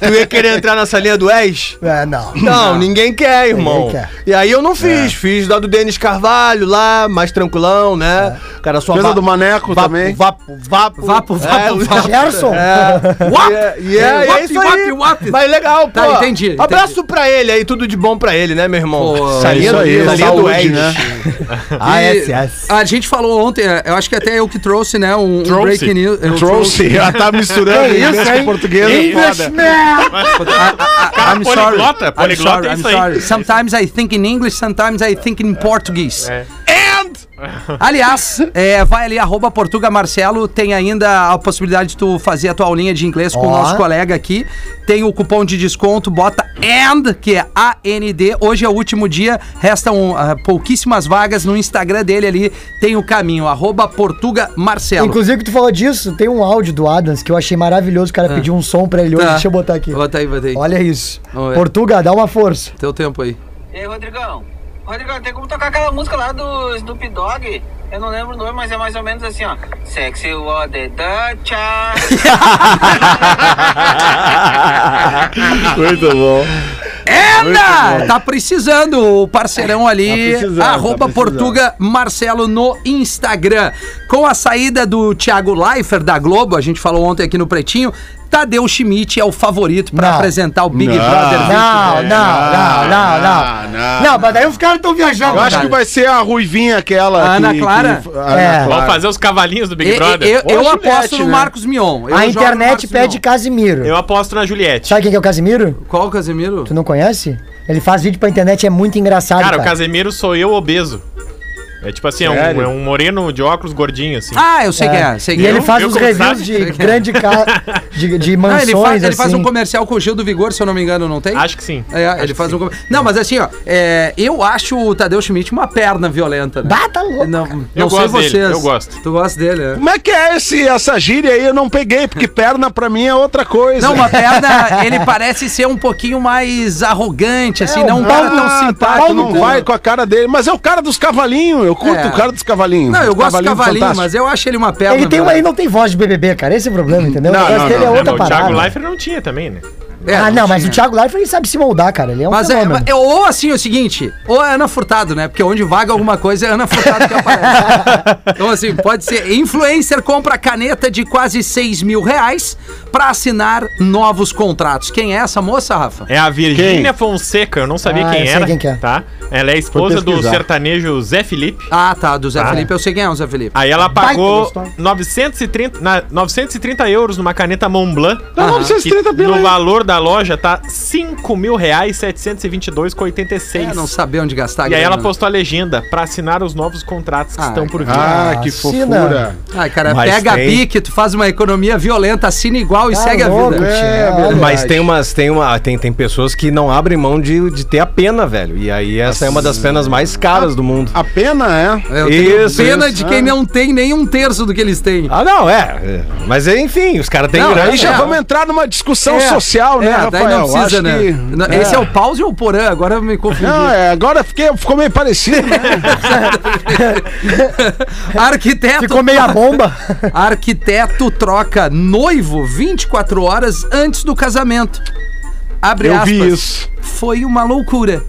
tu ia querer entrar na salinha do ex?
É, não.
Não, ninguém quer, irmão.
quer.
E aí eu não fiz. Fiz da do Denis Carvalho lá, mais tranquilão, né? Cara, só
Coisa
va-
do Maneco
vapo,
também.
Vapo, vapo,
Vapo, vapo,
É, o-
vapo.
Gerson?
É.
Uap!
E é- E é, e é
Uap,
isso
uap,
aí.
uap.
Mas legal, pô.
Tá, entendi, entendi.
Abraço pra ele aí, tudo de bom pra ele, né, meu irmão?
Pô,
salinha
isso
do,
aí,
salinha do
saúde,
ex.
né?
Ah,
é,
E
S, S.
A gente falou ontem, é, eu acho que até eu que trouxe, né? Um, um break news. eu
Trouxe. Ela tá misturando inglês com português. é Foda.
I'm sorry.
poliglota,
I'm
poliglota
sorry,
é
I'm
isso aí.
sorry. Sometimes I think in English, sometimes I think in Portuguese.
É.
And! Aliás, é, vai ali, arroba Portuga Marcelo, tem ainda a possibilidade de tu fazer a tua aulinha de inglês com o
Ó.
nosso colega aqui. Tem o cupom de desconto, bota AND, que é A-N-D. Hoje é o último dia, restam ah, pouquíssimas vagas no Instagram dele ali, tem o caminho, arroba Portuga Marcelo.
Inclusive, que tu falou disso, tem um áudio do Adams que eu achei maravilhoso. O cara pediu um som pra ele hoje.
Tá.
Deixa eu botar aqui.
Bota aí, bota aí.
Olha isso.
Vamos ver.
Portuga, dá uma força.
Teu tempo aí.
E aí, Rodrigão? Rodrigão, tem como tocar aquela música lá do Snoop Dogg? Eu não lembro o nome, mas é mais ou menos assim, ó. Sexy what the Dutcha.
Muito bom.
Anda! Tá precisando o parceirão ali. arroba Portuga Marcelo no Instagram. Com a saída do Thiago Leifert da Globo, a gente falou ontem aqui no Pretinho, Tadeu Schmidt é o favorito pra
Não.
apresentar o Big
Não.
Brother.
Não, não, não, não,
Ah,
não.
não.
Não, mas daí os caras estão viajando.
Eu acho que
cara.
vai ser a Ruivinha aquela.
A Ana
que-
Clara?
que- a Ana
É.
Vamos fazer os cavalinhos do Big
E- e-
Brother?
eu eu
Ô,
aposto
Juliette,
no
né?
Marcos Mion. Eu
A
jogo no
internet
Marcos
pede
Mion.
Casimiro.
Eu aposto na Juliette.
Sabe quem que é o Casimiro?
Qual, Casemiro?
Tu não conhece? Ele faz vídeo pra internet, é muito engraçado,
Cara,
cara.
o Casemiro sou eu obeso. É tipo assim, é um,
Sério?
é um moreno de óculos gordinho, assim.
Ah, eu sei quem
É.
é. Sei
E
quem é.
ele faz
eu
uns
como
reviews
sabe,
de grande ca... de, de
Não,
mansões,
ele faz, ele
assim.
faz um comercial com o Gil do Vigor, se eu não me engano, não tem?
Acho que sim.
É, ele faz um. comer- Não, mas assim, ó, é, eu acho o Tadeu Schmidt uma perna violenta, né?
Bah, tá louco.
Não, não sei
gosto
vocês.
dele, eu gosto.
Tu gosta dele, né?
Como é que é esse, essa gíria aí? Eu não peguei, porque perna pra mim é outra coisa.
Não, uma perna, ele parece ser um pouquinho mais arrogante, assim,
É,
não um cara tão
Ah, tá,
simpático.
tu não
tanto.
vai com a cara dele, mas é o cara dos cavalinhos. Eu curto
É.
o cara dos cavalinhos.
Não, eu
Os
gosto de cavalinho,
fantástico.
mas eu acho ele uma perna.
Ele tem uma aí,
violenta.
não tem voz de BBB, cara. Esse é o problema, entendeu?
Não,
o negócio
não,
dele
não,
é
É,
outra
mas o
parada.
Thiago Leifert não tinha também, né?
É,
ah, não, mas
tinha.
o Thiago Leifert ele sabe se moldar, cara. Ele é um
Mas é,
fenômeno.
é, ou assim o seguinte, ou é Ana Furtado, né? Porque onde vaga alguma coisa é Ana Furtado que aparece. então, assim, pode ser. Influencer compra caneta de quase 6 mil reais pra assinar novos contratos. Quem é essa moça, Rafa?
É a Virgínia Fonseca, eu não sabia
Ah,
quem
eu sei
era.
quem que é.
Tá? Ela é a esposa do
pesquisar.
sertanejo Zé Felipe.
Ah, tá, do Zé
Ah.
Felipe. Eu sei quem é o Zé Felipe.
Aí ela pagou
Baita da história.
930, na, 930 euros numa caneta Montblanc.
Não, 930
Ah, que,
pila
No
aí.
valor da da loja tá R$ 5.722,86.
É, não saber onde gastar.
E aí ela
grana.
postou a legenda pra assinar os novos contratos que
Ah,
estão por vir.
Ah, que
Assina.
fofura.
Ai, cara,
Mas
pega a
tem-
bique, tu faz uma economia violenta, assina igual e
Tá
segue a
louco,
vida.
tio,
É,
olha.
Mas tem umas, tem uma, tem, tem pessoas que não abrem mão de, de ter a pena, velho. E aí essa é uma das penas mais caras do mundo.
A pena é.
Eu tenho
Isso,
pena
isso.
de
Ah.
quem não tem nem um terço do que eles têm.
Ah, não, é. é. Mas enfim, os caras têm
Não,
grana. né?
Aí já
É.
vamos entrar numa discussão
É,
social,
é,
né,
daí
Rafael?
não precisa,
Acho
né?
que-
Não, Esse é o pause ou o porã? Agora eu me confundi.
Não, é, agora fiquei, ficou meio parecido, né?
Arquiteto.
Ficou meia bomba.
Arquiteto troca noivo 24 horas antes do casamento. Abre
Eu
aspas.
vi isso.
Foi uma loucura.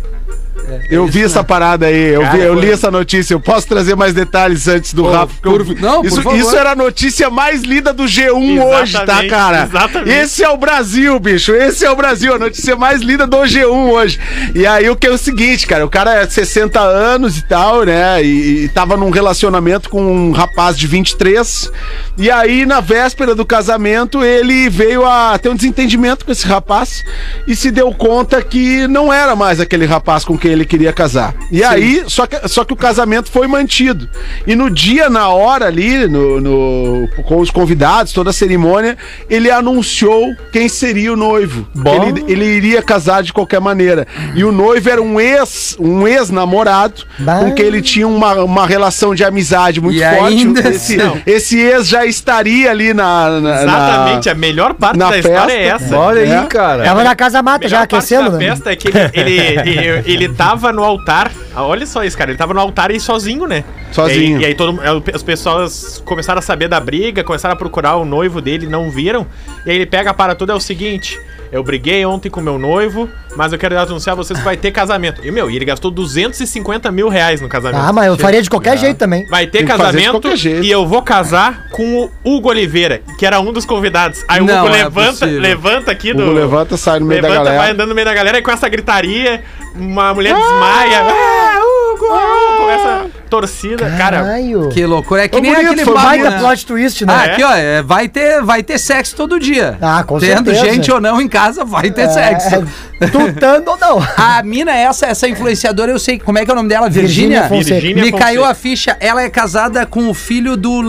Eu vi essa parada aí, eu, vi, eu li essa notícia. Eu posso trazer mais detalhes antes do Rafa. porque eu vi-
não, por
isso,
favor.
isso era a notícia mais lida do G1 hoje, tá,
Exatamente,
cara?
exatamente.
Esse é o Brasil, bicho. Esse é o Brasil, a notícia mais lida do G1 hoje. E aí o que é o seguinte, cara, o cara é 60 anos e tal, né? E, e tava num relacionamento com um rapaz de 23. E aí, na véspera do casamento, ele veio a ter um desentendimento com esse rapaz e se deu conta que não era mais aquele rapaz com quem ele queria casar. E aí, só que, só que o casamento foi mantido. E no dia, na hora ali, no, no- com os convidados, toda a cerimônia, ele anunciou quem seria o noivo. Que Ele, ele iria casar de qualquer maneira. E o noivo era um ex, um ex-namorado,
Bah.
com quem ele tinha uma, uma relação de amizade muito
E
forte.
ainda
esse,
assim-
esse ex já estaria ali na. na-
Exatamente,
na-
a melhor parte
na
da história é
festa.
essa.
Olha
É.
aí, cara.
Tava na casa
A
mata
melhor
já
parte
aquecendo,
da
né?
festa é que ele, ele, ele, ele tava no altar. Ah, Olha só isso, cara. Ele tava no altar e sozinho, né?
Sozinho.
E, e aí todo, é, aí as pessoas começaram a saber da briga, começaram a procurar o noivo dele, não viram. E aí ele pega para tudo, é o seguinte. Eu briguei ontem com meu noivo, mas eu quero anunciar a vocês que vai ter casamento. E, meu, e ele gastou 250 mil reais no casamento.
Ah, mas eu faria de qualquer jeito também.
Vai ter
Tem que fazer de
casamento
qualquer jeito.
e eu vou casar com o Hugo Oliveira, que era um dos convidados. Aí o
Não
Hugo
é
levanta,
possível.
levanta aqui
Hugo
do.
levanta, sai no meio da
levanta,
galera.
vai andando no meio da galera e com essa gritaria, uma mulher desmaia. Ah, Hugo! Hugo! Começa a torcida. Cara,
Caralho. Que
Que loucura. É que
Ô,
nem
bonito,
aquele
foi
papo,
baita
né?
plot twist, né?
Ah,
É.
aqui, ó, é, vai, ter, vai ter sexo todo dia.
Ah, com
Tendo
certeza.
gente ou não em casa, vai ter sexo.
É, tutando ou não.
A mina é essa, essa influenciadora, eu sei. Como é que é o nome dela?
Virgínia
Virgínia?
Fonseca.
Virgínia
Me
Fonseca.
caiu a ficha. Ela é casada com o filho do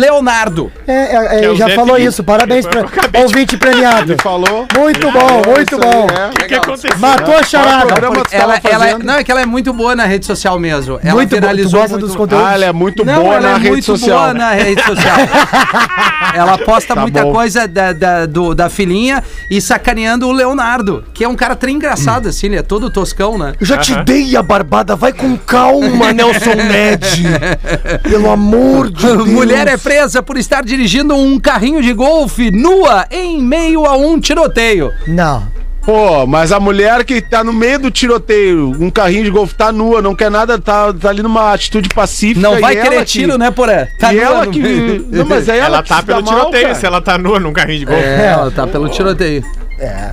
Leonardo.
É, é, é,
Que é o
já
Zé
falou
Felipe.
isso. Parabéns pra ouvinte premiado.
Falou. É
Muito bom, muito bom.
né?
o que aconteceu?
Matou a charada.
programa que tu
Ela,
tava
ela é-
fazendo.
não, é que ela é muito boa na rede social mesmo. Ela
Muito bom. Tu
viralizou
gosta
muito.
dos conteúdos.
Ah, ela é muito
Não,
boa
ela
na
é
rede
muito
social. né?
boa na rede social. ela posta
Tá
muita
bom.
coisa da, da, do- da filhinha e sacaneando o Leonardo, que é um cara tri engraçado, assim, ele é todo toscão, né?
Eu já te dei a barbada, vai com calma, Nelson Ned. Pelo amor de Deus.
Mulher é presa por estar dirigindo um carrinho de golfe nua em meio a um tiroteio.
Não.
Pô, mas a mulher que tá no meio do tiroteio, um carrinho de golfe, tá nua, não quer nada, tá, tá ali numa atitude pacífica.
Não
É, e
vai
ela
querer
que-
tiro, né, Porã?
e
nua
ela
no
que.
meio.
Não, mas é ela,
Ela,
que
tá
se dá
pelo
mal,
tiroteio,
cara.
se ela tá nua num carrinho de golfe.
É, ela tá pelo tiroteio.
É.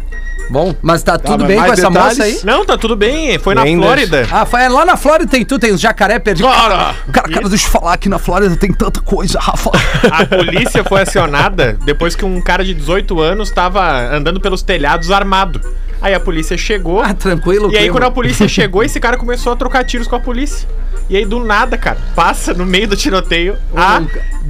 Bom, mas tá tudo
mas
bem com
mais
essa
detalhes?
moça aí?
Não, tá tudo bem. Foi na
Bem,
Flórida.
Ah, foi, é, lá na Flórida tem tudo, tem os jacaré perdido.
Cara!
Cara, cara, deixa eu falar que na Flórida tem tanta coisa, Rafa.
A polícia foi acionada depois que um cara de 18 anos tava andando pelos telhados armado. Aí a polícia chegou.
Ah, tranquilo,
E aí,
clima.
quando a polícia chegou, esse cara começou a trocar tiros com a polícia. E aí, do nada, cara, passa no meio do tiroteio a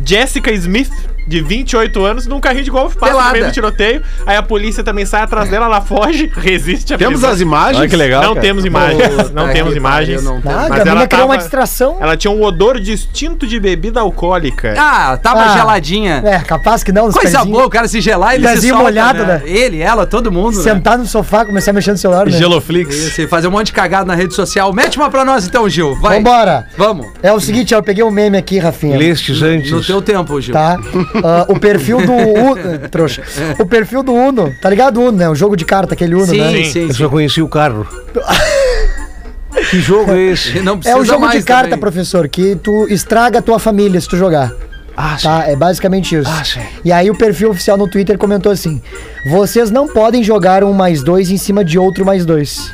Jessica Smith, de 28 anos, num carrinho de golfe, passa
Pelada.
no meio do tiroteio. Aí a polícia também sai atrás dela, ela foge, resiste a
Temos
prisão.
as imagens.
Olha que legal.
Não
cara.
temos imagens, não
Puta
temos
que
imagens.
pariu, não tem.
Nada,
Mas
a menina
ela
criou uma
tava-
distração.
Ela tinha um odor distinto de bebida alcoólica.
Ah, tava
Ah,
geladinha.
É, capaz que não. nos
Coisa
pezinhos.
boa, o cara se gelar, ele se
Pezinho
solta,
molhado,
né?
né?
Ele, ela, todo mundo, né?
Sentar no sofá, começar a mexer no celular, né?
Geloflix.
Isso, e fazer um monte de cagada na rede social. Mete uma pra nós então, Gil. Vai.
Vambora.
Vamos.
É o seguinte, ó, eu peguei um meme aqui, Rafinha.
Lestes
No
antes.
teu tempo, Gil.
Tá? Ah, o perfil do Uno. Trouxa. O perfil do Uno. Tá ligado o Uno, né? O jogo de carta, aquele Uno, né?
Sim, sim,
Eu
sim.
só conheci o carro. que jogo é esse?
Não
É
precisa
um jogo de
mais
carta,
também.
professor, que tu estraga a tua família se tu jogar.
Ah, sim.
Tá? É basicamente isso.
Ah, sim.
E aí o perfil oficial no Twitter comentou assim: Vocês não podem jogar um mais dois em cima de outro mais dois.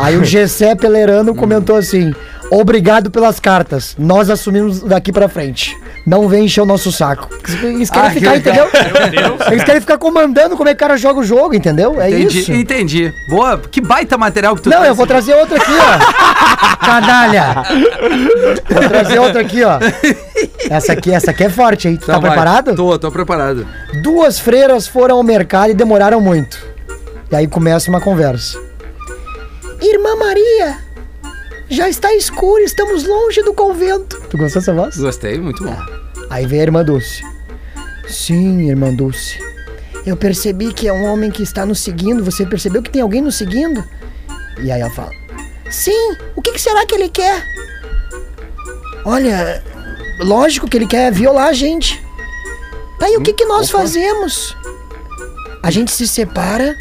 aí o Gessé Pelerano comentou assim: Obrigado pelas cartas. Nós assumimos daqui pra frente. não vem encher o nosso saco. Eles querem
Ah,
ficar,
que
entendeu?
legal.
Eles querem ficar comandando como é que o cara joga o jogo, entendeu? É
Entendi,
isso.
entendi. Boa, que baita material que tu
Não,
trouxe.
eu vou trazer outra aqui, ó. Canalha. Vou trazer outra aqui, ó. Essa aqui, essa aqui é forte, hein? Tu tá
Então vai.
preparado?
Tô, tô preparado.
Duas freiras foram ao mercado e demoraram muito. E aí começa uma conversa. Irmã Maria, já está escuro, estamos longe do convento. Tu gostou dessa voz?
Gostei, muito bom.
Aí vem a irmã Dulce. Sim, irmã Dulce. Eu percebi que é um homem que está nos seguindo. Você percebeu que tem alguém nos seguindo? E aí ela fala: Sim, o que, que será que ele quer? Olha, lógico que ele quer violar a gente. Tá, e o que, que nós fazemos? A gente se separa,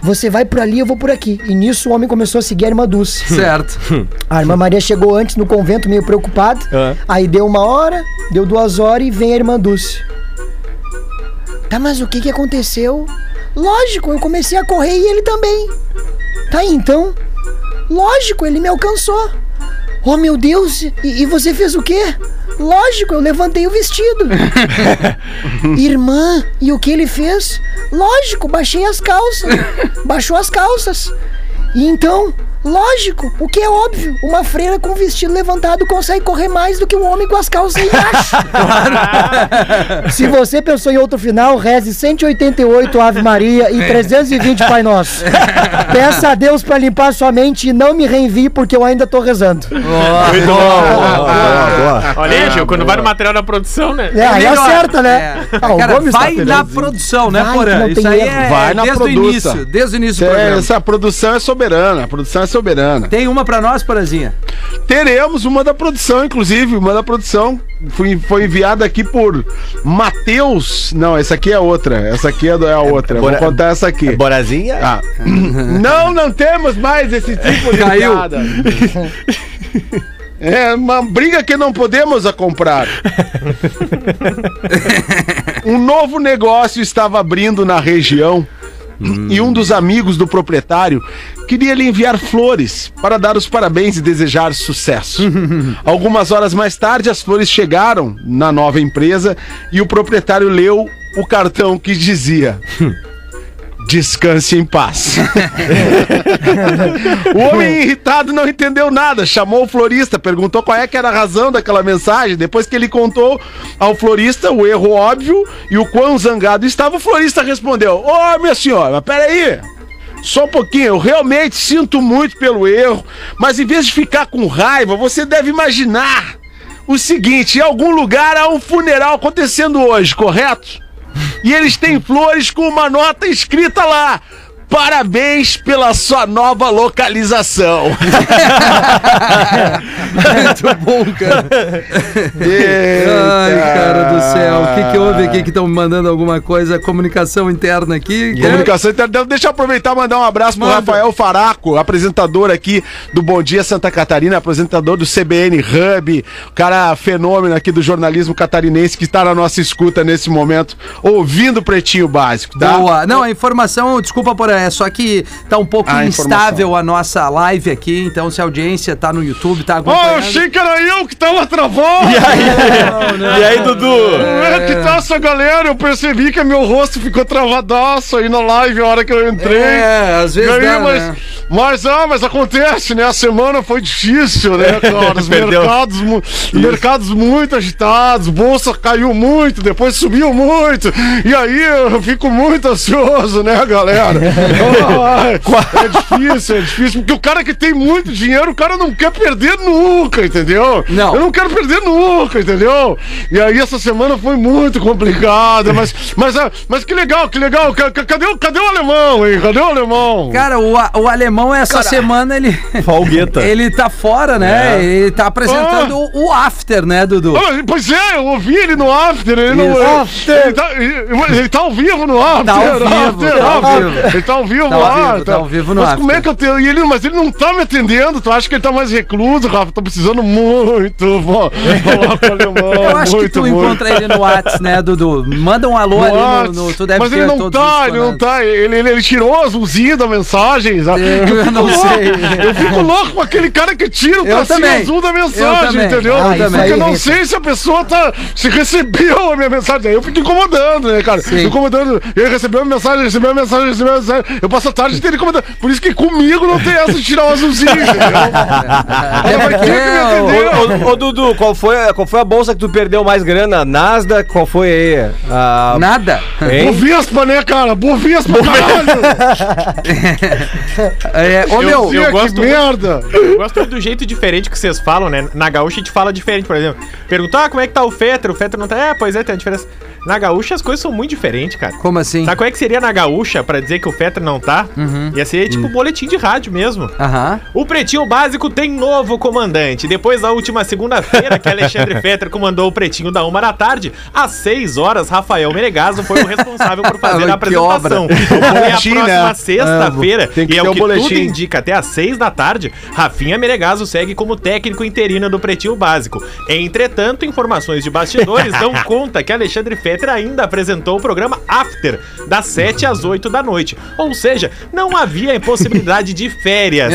você vai por ali, eu vou por aqui. E nisso o homem começou a seguir a irmã Dulce.
Certo.
A irmã Maria chegou antes no convento, meio preocupada. Aí deu uma hora, deu duas horas e vem a irmã Dulce. Tá, mas o que que aconteceu? Lógico, eu comecei a correr e ele também. Tá, então? Lógico, ele me alcançou. Oh, meu Deus, e, e você fez o quê? Lógico, eu levantei o vestido. Irmã, e o que ele fez? Lógico, baixei as calças. Baixou as calças. E então, lógico, o que é óbvio, uma freira com o vestido levantado consegue correr mais do que um homem com as calças embaixo. Se você pensou em outro final, reze 188 Ave Maria e 320 Pai Nosso. Peça a Deus pra limpar sua mente e não me reenvie porque eu ainda tô rezando. Ah,
Muito bom.
Ah,
Boa, boa.
Olha aí, Gil, quando vai no material da produção, né?
É, aí
Melhor.
acerta, né?
É.
Ah, o
Cara,
Gomes tá
vai na
felizinho.
produção, né,
Vai, que
Porã?
não
Isso
tem
aí
erro.
é
Vai na
desde o
produta.
início, desde o início do
É,
programa.
essa produção é soberana, a produção é soberana.
Tem uma pra nós, Porãzinha?
Teremos uma da produção, inclusive, uma da produção. Foi, foi enviada aqui por Matheus. Não, essa aqui é outra. Essa aqui é do- é a outra.
Bora-
Vou contar essa aqui.
Borazinha?
é-
Ah. não, não temos mais esse tipo de
Caiu.
piada. É uma briga que não podemos a comprar. um novo negócio estava abrindo na região e um dos amigos do proprietário queria lhe enviar flores para dar os parabéns e desejar sucesso. Algumas horas mais tarde, as flores chegaram na nova empresa e o proprietário leu o cartão que dizia. Descanse em paz. O homem irritado não entendeu nada, chamou o florista, perguntou qual é que era a razão daquela mensagem. Depois que ele contou ao florista o erro óbvio e o quão zangado estava, o florista respondeu: Ô, minha senhora, mas peraí. Só um pouquinho, eu realmente sinto muito pelo erro, mas em vez de ficar com raiva, você deve imaginar o seguinte: em algum lugar há um funeral acontecendo hoje, correto? E eles têm flores com uma nota escrita lá. Parabéns pela sua nova localização.
Muito bom, cara. Ai, cara do céu. O que, que houve aqui que estão me mandando alguma coisa? Comunicação interna aqui.
Comunicação Interna. Deixa eu aproveitar e mandar um abraço pro
Manda.
Rafael Faraco, apresentador aqui do Bom Dia Santa Catarina, apresentador do CBN Hub, cara fenômeno aqui do jornalismo catarinense que está na nossa escuta nesse momento, ouvindo o Pretinho Básico, tá?
Boa. Não, a informação, desculpa, Porã, é só que tá um pouco
A
instável a nossa live aqui, então se a audiência tá no YouTube, tá
Ó,
acompanhando...
eu achei que era eu que tá tava travando! E aí,
E aí, Dudu?
É.
que tá essa galera? Eu percebi que meu rosto ficou travadaço aí na live a hora que eu entrei.
É, às vezes
Ganhei,
dá,
mas,
né?
mas, ah, mas acontece, né? A semana foi difícil, né, cara? Os
Perdeu.
mercados, mu- mercados muito agitados, bolsa caiu muito, depois subiu muito. E aí eu fico muito ansioso, né, galera? Ah, é difícil, é difícil. Porque o cara que tem muito dinheiro, o cara não quer perder nunca, entendeu?
Não.
Eu não quero perder nunca, entendeu? E aí essa semana foi muito complicada, mas, mas, ah, mas que legal, que legal. Ca- ca- Cadê, o- cadê o alemão, hein? Cadê o alemão?
Cara, o, a- o alemão essa semana ele
Falgueta.
ele tá fora, né? Ele tá apresentando o, o after, né, Dudu?
Ah, pois é, eu ouvi ele no after, ele
Isso.
não. After. Ele, tá, ele- ele tá ao vivo no after.
Tá ao vivo,
after,
tá ao
after.
vivo.
Ele tá ao vivo,
Tá ao
lá.
vivo, tá ao vivo no
Mas
after.
como é que eu tenho. E ele, mas ele não tá me atendendo. Tu acha que ele tá mais recluso, Rafa? Tô precisando muito. Vou, vou lá pro alemão.
Eu acho que
muito,
tu
muito.
encontra ele no Whats, né, Dudu? Manda um alô ali no, no- Tu deve
mas
ter
ele não
todos
tá,
os
ele
canais.
não tá. Ele, ele, ele tirou as luzinhas da mensagem. sabe?
Eu
fico
não
louco,
sei.
Eu fico louco com aquele cara que tira o
Eu
tracinho
também.
azul da
Eu
mensagem,
também.
entendeu?
Ah,
isso
Porque
aí,
eu não
Rita.
sei se a pessoa tá. Se recebeu a minha mensagem. Aí eu fico incomodando, né, cara?
Sim.
Incomodando. Ele recebeu a mensagem, recebeu a mensagem, recebeu a mensagem. Eu passo a tarde inteira incomodando. Por isso que comigo não tem essa de tirar o azulzinho, entendeu?
Até
Mas
porque
quem é que me
eu-
atendeu?
Ô, ô, ô, Dudu, qual foi, a- qual foi a bolsa que tu perdeu mais grana? Nasdaq, qual foi aí?
tá.
A...
Nada.
Hein?
Bovispa, né, cara? Bovispa, caralho!
É, ô, meu,
Tia, que merda!
Eu gosto do jeito diferente que vocês falam, né? Na gaúcha a gente fala diferente, por exemplo. Perguntou, ah, como é que tá o Fetter? O Fetter não tá. É, pois é, tem a diferença. Na gaúcha as coisas são muito diferentes, cara.
Como assim?
Sabe qual é que seria na gaúcha pra dizer que o Fetter não tá?
Uhum.
Ia ser
Hum.
tipo boletim de rádio mesmo.
Aham.
O Pretinho Básico tem novo comandante. Depois da última segunda-feira que Alexandre Fetter comandou o Pretinho da uma da tarde, às seis horas, Rafael Menegaso foi o responsável por fazer
Que
a apresentação.
obra.
E a
boletim, né?
próxima sexta-feira,
Tem que
e é
ter
o
um
que
boletim.
tudo indica, até às seis da tarde, Rafinha Menegaso segue como técnico interino do Pretinho Básico. Entretanto, informações de bastidores dão conta que Alexandre Fetter ainda apresentou o programa After, das sete às oito da noite. Ou seja, não havia impossibilidade de férias.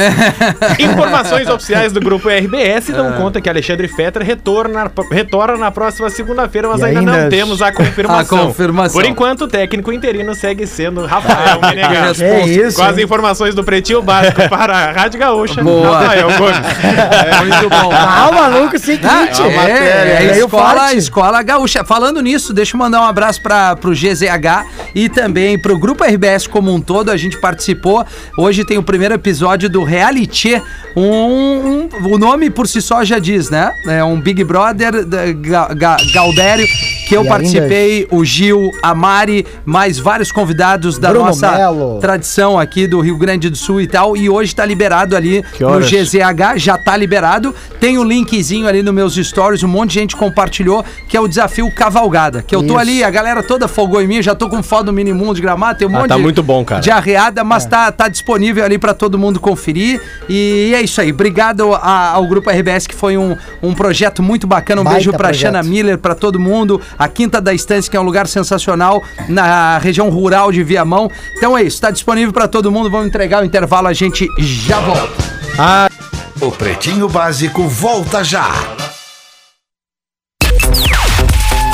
Informações oficiais do grupo RBS dão conta que Alexandre Fetter retorna, retorna na próxima segunda-feira, mas
E
ainda, não
ainda-
temos a confirmação.
A confirmação.
Por enquanto, o técnico interino segue sendo Rafael Menegaso.
É isso.
Com as
hein?
informações do Pretinho Básico para a Rádio Gaúcha,
Boa.
Rafael Gomes.
É,
Muito bom.
Ah, o maluco, seguinte.
Ah,
matéria,
é, é,
né? Veio
escola,
forte.
escola gaúcha. Falando nisso, deixa eu mandar um abraço para pro GZH e também pro Grupo RBS como um todo. A gente participou. Hoje tem o primeiro episódio do Reality. Um, um- o nome por si só já diz, né? É um Big Brother da- Ga- Ga- Gaudério que eu
E ainda- é
participei, o Gil, a Mari, mais vários convidados da
Bruno
nossa
Melo.
tradição aqui do Rio Grande do Sul e tal. E hoje tá liberado ali no
horas?
GZH, já tá liberado. Tem o linkzinho ali nos meus stories, um monte de gente compartilhou, que é o desafio Cavalgada. Que eu tô
Isso.
ali, a galera toda folgou em mim, já tô com foda do minimundo de gramado, tem um monte
tá
de,
muito bom, cara. É.
de arreada, mas tá, tá disponível ali pra todo mundo conferir. E é isso aí. Obrigado a- ao Grupo RBS, que foi um, um projeto muito bacana. Um
Baita
beijo pra
projeto.
Xana Miller, pra todo mundo. A Quinta da Estância, que é um lugar sensacional na região rural de Viamão. Então é isso, tá disponível pra todo mundo. Vamos entregar o intervalo, a gente já volta.
O Pretinho Básico volta já.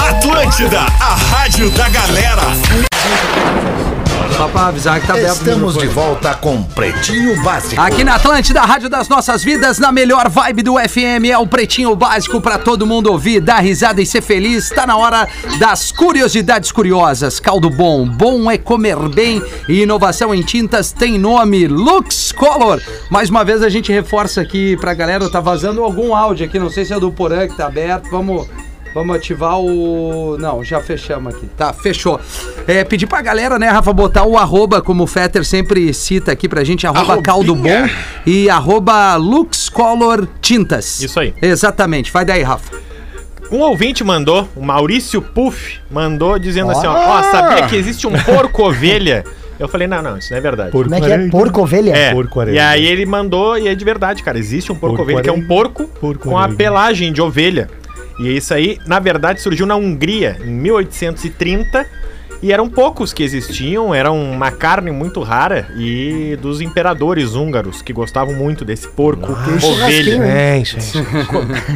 Atlântida, a rádio da galera.
Só pra avisar que tá
é
aberto. o
Estamos
microfone.
de volta com Pretinho Básico.
Aqui na Atlântida, a Rádio das Nossas Vidas, na melhor vibe do FM, é o Pretinho Básico pra todo mundo ouvir, dar risada e ser feliz. Tá na hora das curiosidades curiosas. Caldo bom, bom é comer bem e inovação em tintas tem nome Lux Color. Mais uma vez a gente reforça aqui pra galera, tá vazando algum áudio aqui, não sei se é do Porã que tá aberto. Vamos Vamos ativar o. Não, já fechamos aqui. Tá, fechou. É, pedir pra galera, né, Rafa, botar o arroba, como o Fetter sempre cita aqui pra gente, arroba caldo bom e arroba luxcolor tintas.
Isso aí.
Exatamente. Vai daí, Rafa.
Um ouvinte mandou, o Maurício Puff, mandou dizendo assim: ó, ó, sabia que existe um porco-ovelha? Eu falei: não, não, isso não é verdade.
Como é que é? Porco ovelha?
É,
porco-aranha.
e aí ele mandou, e é de verdade, cara. Existe um porco-ovelha que é um porco com a pelagem de ovelha. E isso aí, na verdade, surgiu na Hungria, em 1830. E eram poucos que existiam, era uma carne muito rara e dos imperadores húngaros que gostavam muito desse porco ovelha.
É, gente.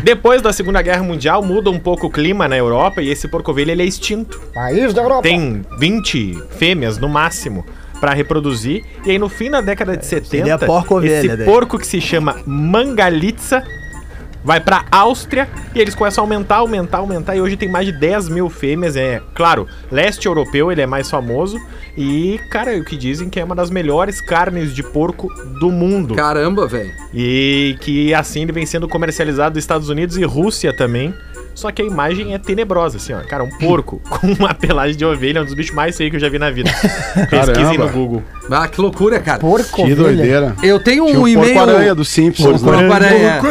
Depois da Segunda Guerra Mundial, muda um pouco o clima na Europa e esse porco-ovelha ele é extinto.
País da Europa.
Tem 20 fêmeas no máximo pra reproduzir. E aí no fim da década de 70,
seria porco-ovelha
esse
daí.
porco que se chama Mangalitsa vai pra Áustria e eles começam a aumentar, aumentar, aumentar. E hoje tem mais de 10 mil fêmeas. É claro, leste europeu ele é mais famoso. E, cara, é o que dizem que é uma das melhores carnes de porco do mundo.
Caramba, velho.
E que assim ele vem sendo comercializado nos Estados Unidos e Rússia também. Só que a imagem é tenebrosa, assim, ó. Cara, um porco com uma pelagem de ovelha é um dos bichos mais feios que eu já vi na vida. Pesquisem no Google.
Ah, que loucura, cara.
Porco
Que
ovelha.
doideira.
Eu tenho
Tinha
um
o
e-mail.
porco-aranha dos Simpsons, né?
Porco-aranha.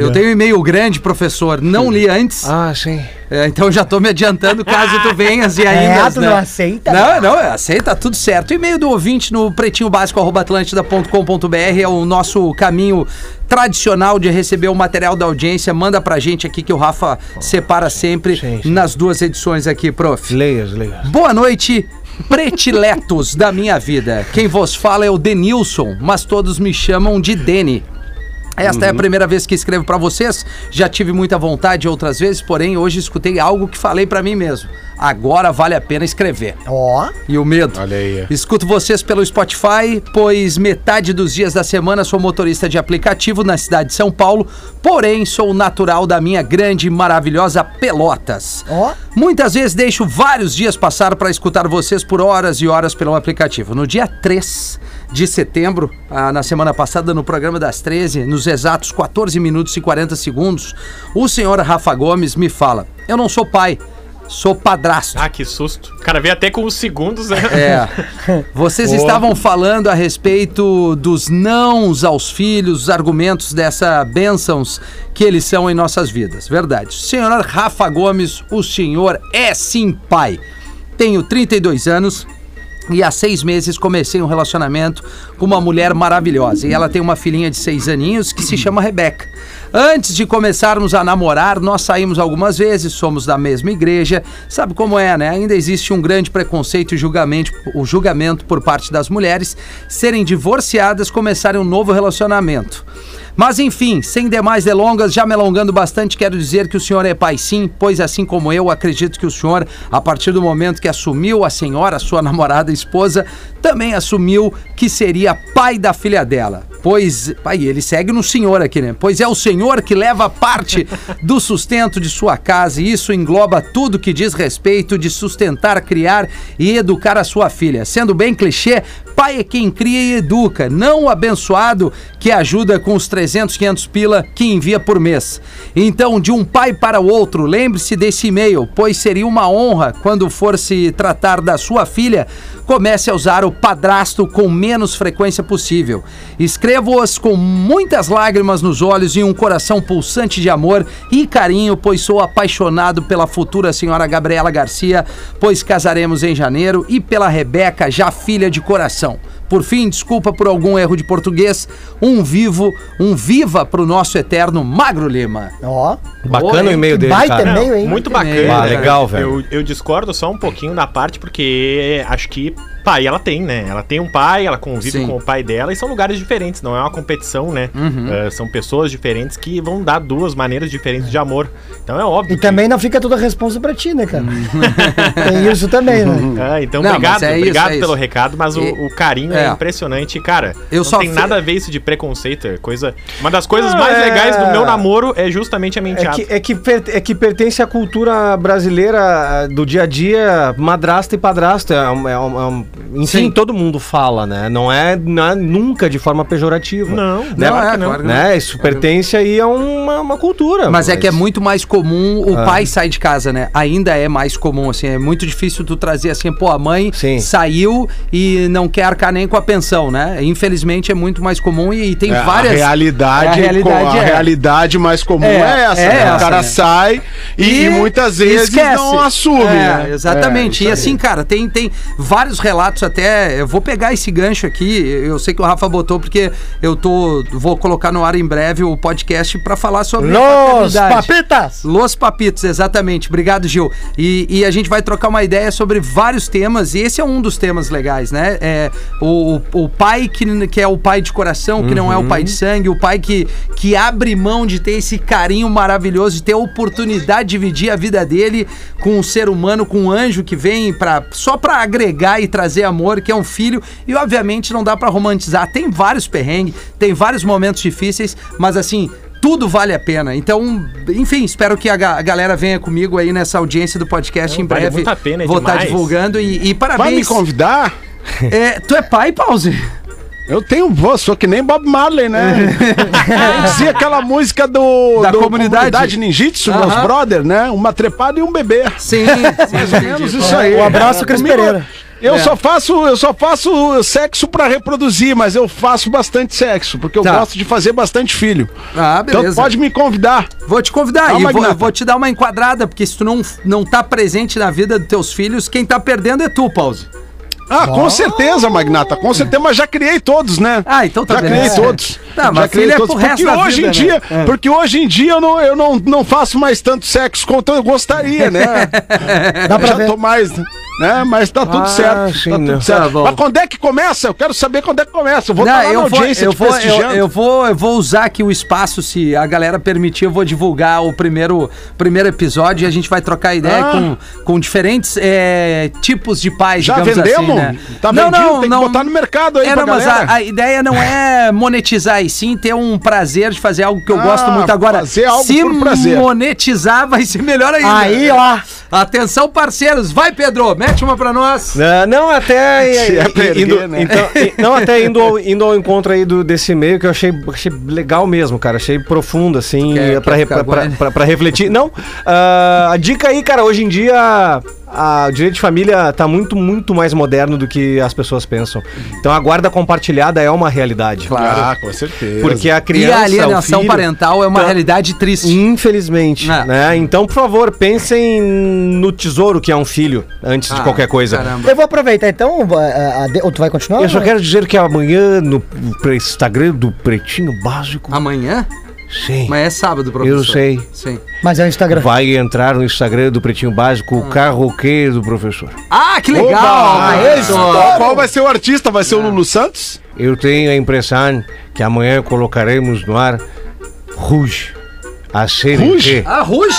Eu tenho um e-mail grande, professor. Não li antes.
Ah, sim.
É, então já tô me adiantando caso É, tu venhas e ainda.
É,
né?
tu não aceita,
Não, não, é, aceita, tudo certo. E-mail do ouvinte no pretinhobásico.com.br é o nosso caminho tradicional de receber o material da audiência. Manda pra gente aqui que o Rafa separa sempre nas duas edições aqui, prof.
Leias, leias.
Boa noite, pretiletos da minha vida. Quem vos fala é o Denilson, mas todos me chamam de Deni. Esta é a primeira vez que escrevo pra vocês. Já tive muita vontade outras vezes, porém hoje escutei algo que falei pra mim mesmo. Agora vale a pena escrever.
Ó,
E o medo.
Olha aí.
Escuto vocês pelo Spotify, pois metade dos dias da semana sou motorista de aplicativo na cidade de São Paulo, porém sou natural da minha grande e maravilhosa Pelotas.
Ó.
Muitas vezes deixo vários dias passar para escutar vocês por horas e horas pelo aplicativo. No dia 3 de setembro, ah, na semana passada, no programa das 13, nos exatos 14 minutos e 40 segundos, o senhor Rafa Gomes me fala: Eu não sou pai, sou padrasto.
Ah, que susto. O cara veio até com os segundos, né?
É. Vocês estavam falando a respeito dos nãos aos filhos, os argumentos dessa bênçãos que eles são em nossas vidas. Verdade. Senhor Rafa Gomes, o senhor é sim pai. Tenho 32 anos. E há seis meses comecei um relacionamento com uma mulher maravilhosa. E ela tem uma filhinha de seis aninhos que se chama Rebeca. Antes de começarmos a namorar, nós saímos algumas vezes, somos da mesma igreja. Sabe como é, né? Ainda existe um grande preconceito e julgamento, o julgamento por parte das mulheres serem divorciadas, começarem um novo relacionamento. Mas enfim, sem demais delongas, já me alongando bastante, quero dizer que o senhor é pai sim, pois assim como eu, acredito que o senhor, a partir do momento que assumiu a senhora, sua namorada e esposa, também assumiu que seria pai da filha dela. Pois, aí ele segue no senhor aqui, né? Pois é o senhor que leva parte do sustento de sua casa e isso engloba tudo que diz respeito de sustentar, criar e educar a sua filha. Sendo bem clichê, pai é quem cria e educa, não o abençoado que ajuda com os 300, 500 pila que envia por mês. Então, de um pai para o outro, lembre-se desse e-mail, pois seria uma honra quando for se tratar da sua filha, comece a usar o padrasto com menos frequência possível. Escrevo-as com muitas lágrimas nos olhos e um coração pulsante de amor e carinho, pois sou apaixonado pela futura senhora Gabriela Garcia, pois casaremos em janeiro, e pela Rebeca, já filha de coração. Por fim, desculpa por algum erro de português, um vivo, um viva pro nosso eterno Magro Lima.
ó.
Bacana o e-mail
que
dele,
baita
cara.
e-mail, hein?
Muito
É,
bacana. né?
Ah,
cara.
legal, velho.
Eu, eu discordo só um pouquinho da parte, porque acho que pai ela tem, né? Ela tem um pai, ela convive
Sim.
com o pai dela e são lugares diferentes, não é uma competição, né?
Uhum.
Ah, são pessoas diferentes que vão dar duas maneiras diferentes de amor. Então é óbvio.
E
que-
também não fica toda a responsa pra ti, né, cara? Tem isso também, né?
Ah, então
Hum. Não, mas
obrigado,
é isso,
obrigado
é isso.
pelo recado, mas o-
E-
o, carinho é.
é.
impressionante, cara.
Eu
não
só
tem
fe-
nada a ver isso de preconceito, é coisa. Uma das coisas mais
É.
legais do meu namoro é justamente
É
a menteada.
que, é, que per- é que pertence à cultura brasileira ah, do dia a dia, madrasta e padrasto. É um- é um- é um- enfim,
Sim.
todo mundo fala, né? Não é, não é nunca de forma pejorativa.
Não,
né?
não é,
Porque
claro que
né? Isso pertence aí a uma, uma
Ah,
cultura.
Mas é que é muito mais comum o pai sair de casa, né? Ainda é mais comum, assim. É muito difícil tu trazer assim, pô, a mãe
Sim.
saiu e não quer arcar nem com a pensão, né? Infelizmente é muito mais comum e, e tem
É,
várias.
A realidade,
É, a realidade
com- a
é.
realidade mais comum é,
É,
essa.
é
né?
essa,
o cara
né?
sai e, e muitas vezes
esquece.
não assume.
É,
né?
Exatamente.
É,
e
isso
assim, cara, tem, tem vários relatos até. Eu vou pegar esse gancho aqui. Eu sei que o Rafa botou, porque eu tô. vou colocar no ar em breve o podcast pra falar sobre
Los
paternidade.
papitas!
Los Papitos, exatamente. Obrigado, Gil. E, e a gente vai trocar uma ideia sobre vários temas, e esse é um dos temas legais, né? É, o, o- o pai que, que é o pai de coração, que não é o pai de sangue, o pai que, que abre mão de ter esse carinho maravilhoso, de ter a oportunidade de dividir a vida dele com um ser humano, com um anjo que vem pra, só pra agregar e trazer amor, que é um filho, e obviamente não dá pra romantizar. Tem vários perrengues, tem vários momentos difíceis, mas assim, tudo vale a pena. Então, enfim, espero que a, ga- a galera venha comigo aí nessa audiência do podcast em
vale
breve.
muito a pena, é
Vou estar
demais.
divulgando e, e
Vai me
parabéns.
convidar?
É, tu é pai, Pause?
Eu tenho voz, sou que nem Bob Marley, né? Eu dizia aquela música do,
É. Da
do
comunidade.
ninjitsu,
Aham.
meus brother, né? Uma trepada e um bebê.
Sim,
Mais ou menos
entendi.
isso aí.
Um abraço, Cris
Comigo- é.
Pereira.
Eu só faço, eu só faço sexo pra reproduzir, mas eu faço bastante sexo, porque eu
Tá.
gosto de fazer bastante filho.
Ah,
Então
beleza.
tu pode me convidar.
Vou te convidar
Tá,
e vou,
magnata.
vou te dar uma enquadrada, porque se tu não, não tá presente na vida dos teus filhos, quem tá perdendo é tu, Pause.
Ah, com certeza, Magnata, com certeza, mas já criei todos, né?
Ah, então tá
Já
beleza.
criei todos.
Tá, mas
já criei
filho é
todos.
pro resto
Porque
da
hoje
vida,
em dia,
né? É.
porque hoje em dia eu não, eu não, não faço mais tanto sexo quanto eu gostaria, né?
Dá pra
já
ver.
tô mais, né? Mas tá tudo certo.
sim,
tá tudo
né?
certo.
Ah, Tá bom.
mas quando é que começa? Eu quero saber quando é que começa. Eu vou
Não,
estar lá na
eu vou,
audiência
eu,
te
vou, eu,
prestigiando.
eu vou, eu vou usar aqui o espaço, se a galera permitir, eu vou divulgar o primeiro, primeiro episódio e a gente vai trocar ideia
Ah.
com, com diferentes é, tipos de pais,
Já
digamos
vendemos?
assim, né?
Tá vendido? Tem que botar no mercado aí
é,
pra
não, mas a-
galera.
a, ideia não é monetizar, e sim ter um prazer de fazer algo que eu
Ah,
gosto muito agora.
fazer algo
se
por prazer.
monetizar, vai ser melhor ainda.
Aí, ó.
Atenção, parceiros. Vai, Pedro, mete uma pra nós.
Ah, não, até.
Se é pra erguer,
indo,
né?
então, e- não, até indo ao, indo ao encontro aí do, desse e-mail que eu achei, achei legal mesmo, cara. Achei profundo, assim,
Quer-
pra,
quer
re-
ficar
pra, pra,
agora?
pra- pra refletir. Não, ah, a dica aí, cara, hoje em dia. A o direito de família tá muito, muito mais moderno do que as pessoas pensam. Então a guarda compartilhada é uma realidade.
Ah, com certeza.
Porque a
E
criança.
a
o
alienação
filho-
parental é uma
tá-
realidade triste.
Infelizmente,
É.
né? Então, por favor, pensem no tesouro que é um filho antes de
Ah,
qualquer coisa.
caramba.
Eu vou aproveitar então. a- a- a de- ou tu vai continuar?
Eu só quero dizer que amanhã no pre- Instagram do Pretinho Básico,
Amanhã?
sim,
Mas é sábado, professor.
Eu sei.
Sim.
Mas é o Instagram.
vai entrar no Instagram do Pretinho Básico o carroqueiro do professor.
Ah, é que legal!
Ah,
professor.
Qual vai ser o artista? Vai ser o Lulu Santos?
Eu tenho a impressão que amanhã colocaremos no ar Ruge. A
Ruge?
CNT.
Ah, ruge!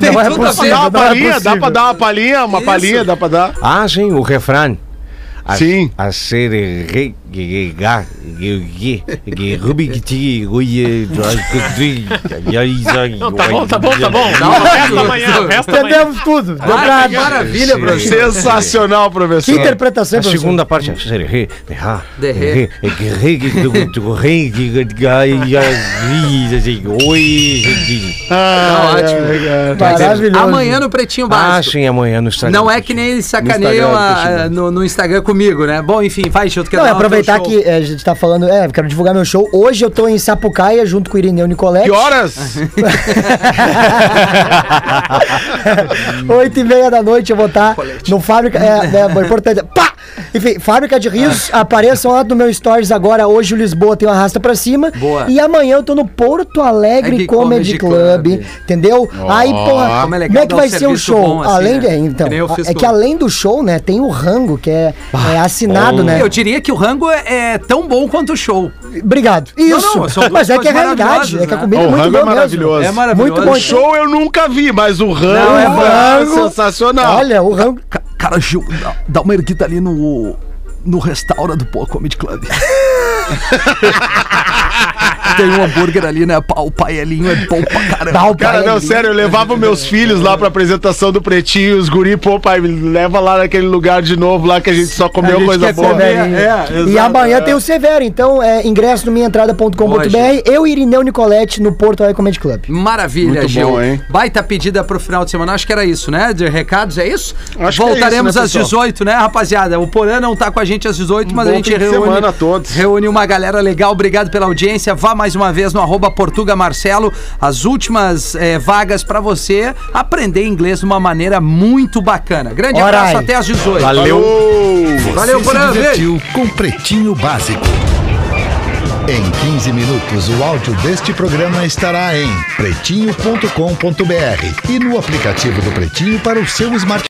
Tem
Não é
tudo a ver.
possível.
Dá uma
não é
palhinha, dá
possível.
pra dar uma palhinha, uma
Isso.
palhinha, dá pra dar.
Ah, sim, o refrão. A,
Sim.
A ser rei, ge- ge- ga- ge- ge- ge- rubi- que ti- goie-
Não, tá bom, tá bom, tá bom. O
é
resto amanhã, o resto amanhã.
Entendemos tudo. Deu pra-
Ah, que maravilha,
Sim.
professor.
Sensacional,
Que
professor.
interpretação,
A
professor.
segunda parte é ser rei, berrar,
De ré.
ré, é que rei, que do- do rei, que ga- ga- ga- ge- oi, ge-
Ah,
ótimo.
é, é.
tá. Maravilhoso.
Amanhã no Pretinho
Ah,
Básico.
sim, amanhã no Instagram.
Não é que nem eles sacaneiam
Instagram,
a-
Pretinho.
a- no, no Instagram comigo, né? Bom, enfim, vai, Chuto,
Não, é aproveitar que é, a gente tá falando, é, eu quero divulgar meu show. Hoje eu tô em Sapucaia junto com o Irineu Nicoletti.
Que horas?
8 e meia da noite eu vou estar no Fábrica. É, é, é importante. Pá! Enfim, Fábrica de Rios,
Ah.
apareçam lá no meu Stories agora. Hoje o Lisboa tem uma arrasta pra cima.
Boa.
E amanhã eu tô no Porto Alegre
Alegre Comedy
Comedy,
Club.
Club, Entendeu? Aí, porra,
como
como
é
é,
legal
que
dar um
vai ser o
serviço
show?
bom assim,
além
né?
de. Então,
Que nem eu fiz
é
com-
que além do show, né, tem o rango, que é, é assinado, né?
Eu diria que o rango é, é tão bom quanto o show.
Obrigado. Isso.
não, são duas
mas é que é
coisas
realidade.
maravilhosas,
É que a
né?
comida
Ó,
é
o
muito
rango
boa
é
mesmo.
maravilhoso.
É maravilhoso.
Muito bom.
O show eu nunca vi, mas o rango
Não, é
é,
rango.
sensacional.
Olha, o rango.
Cara, Gil, dá, dá uma erguida ali no. No restaura do Pó Comedy Club. Tem um hambúrguer ali, né? Pá, O paelinho é bom pra caramba.
Dá o
Cara,
pai
não,
ali.
sério, eu levava meus filhos lá pra apresentação do Pretinho, os guri, pô, pai, me leva lá naquele lugar de novo lá que a gente só comeu coisa boa. É,
Severinho. e amanhã tem o Severo, então é ingresso no minhaentrada.com.br,
Hoje.
eu e Irineu Nicoletti no Porto Alegre Comedy Club.
Maravilha,
Muito
Gil.
bom, hein?
Baita pedida pro final de semana. Acho que era isso, né? De recados, é isso?
Acho que é
Voltaremos
isso, né,
às
pessoal?
18, né, rapaziada? O Porã não tá com a gente às 18, mas
bom
a gente
fim de
reúne.
semana a todos.
Reúne uma galera legal. Obrigado pela audiência. Vá mais uma vez no arroba Portuga Marcelo. As últimas eh, vagas pra você aprender inglês de uma maneira muito bacana. Grande
Ora
abraço,
aí.
até às 18.
Valeu.
Valeu,
Você se
Porã. Beijo.
divertiu com Pretinho Básico. Em 15 minutos, o áudio deste programa estará em pretinho.com.br e no aplicativo do Pretinho para o seu smartphone.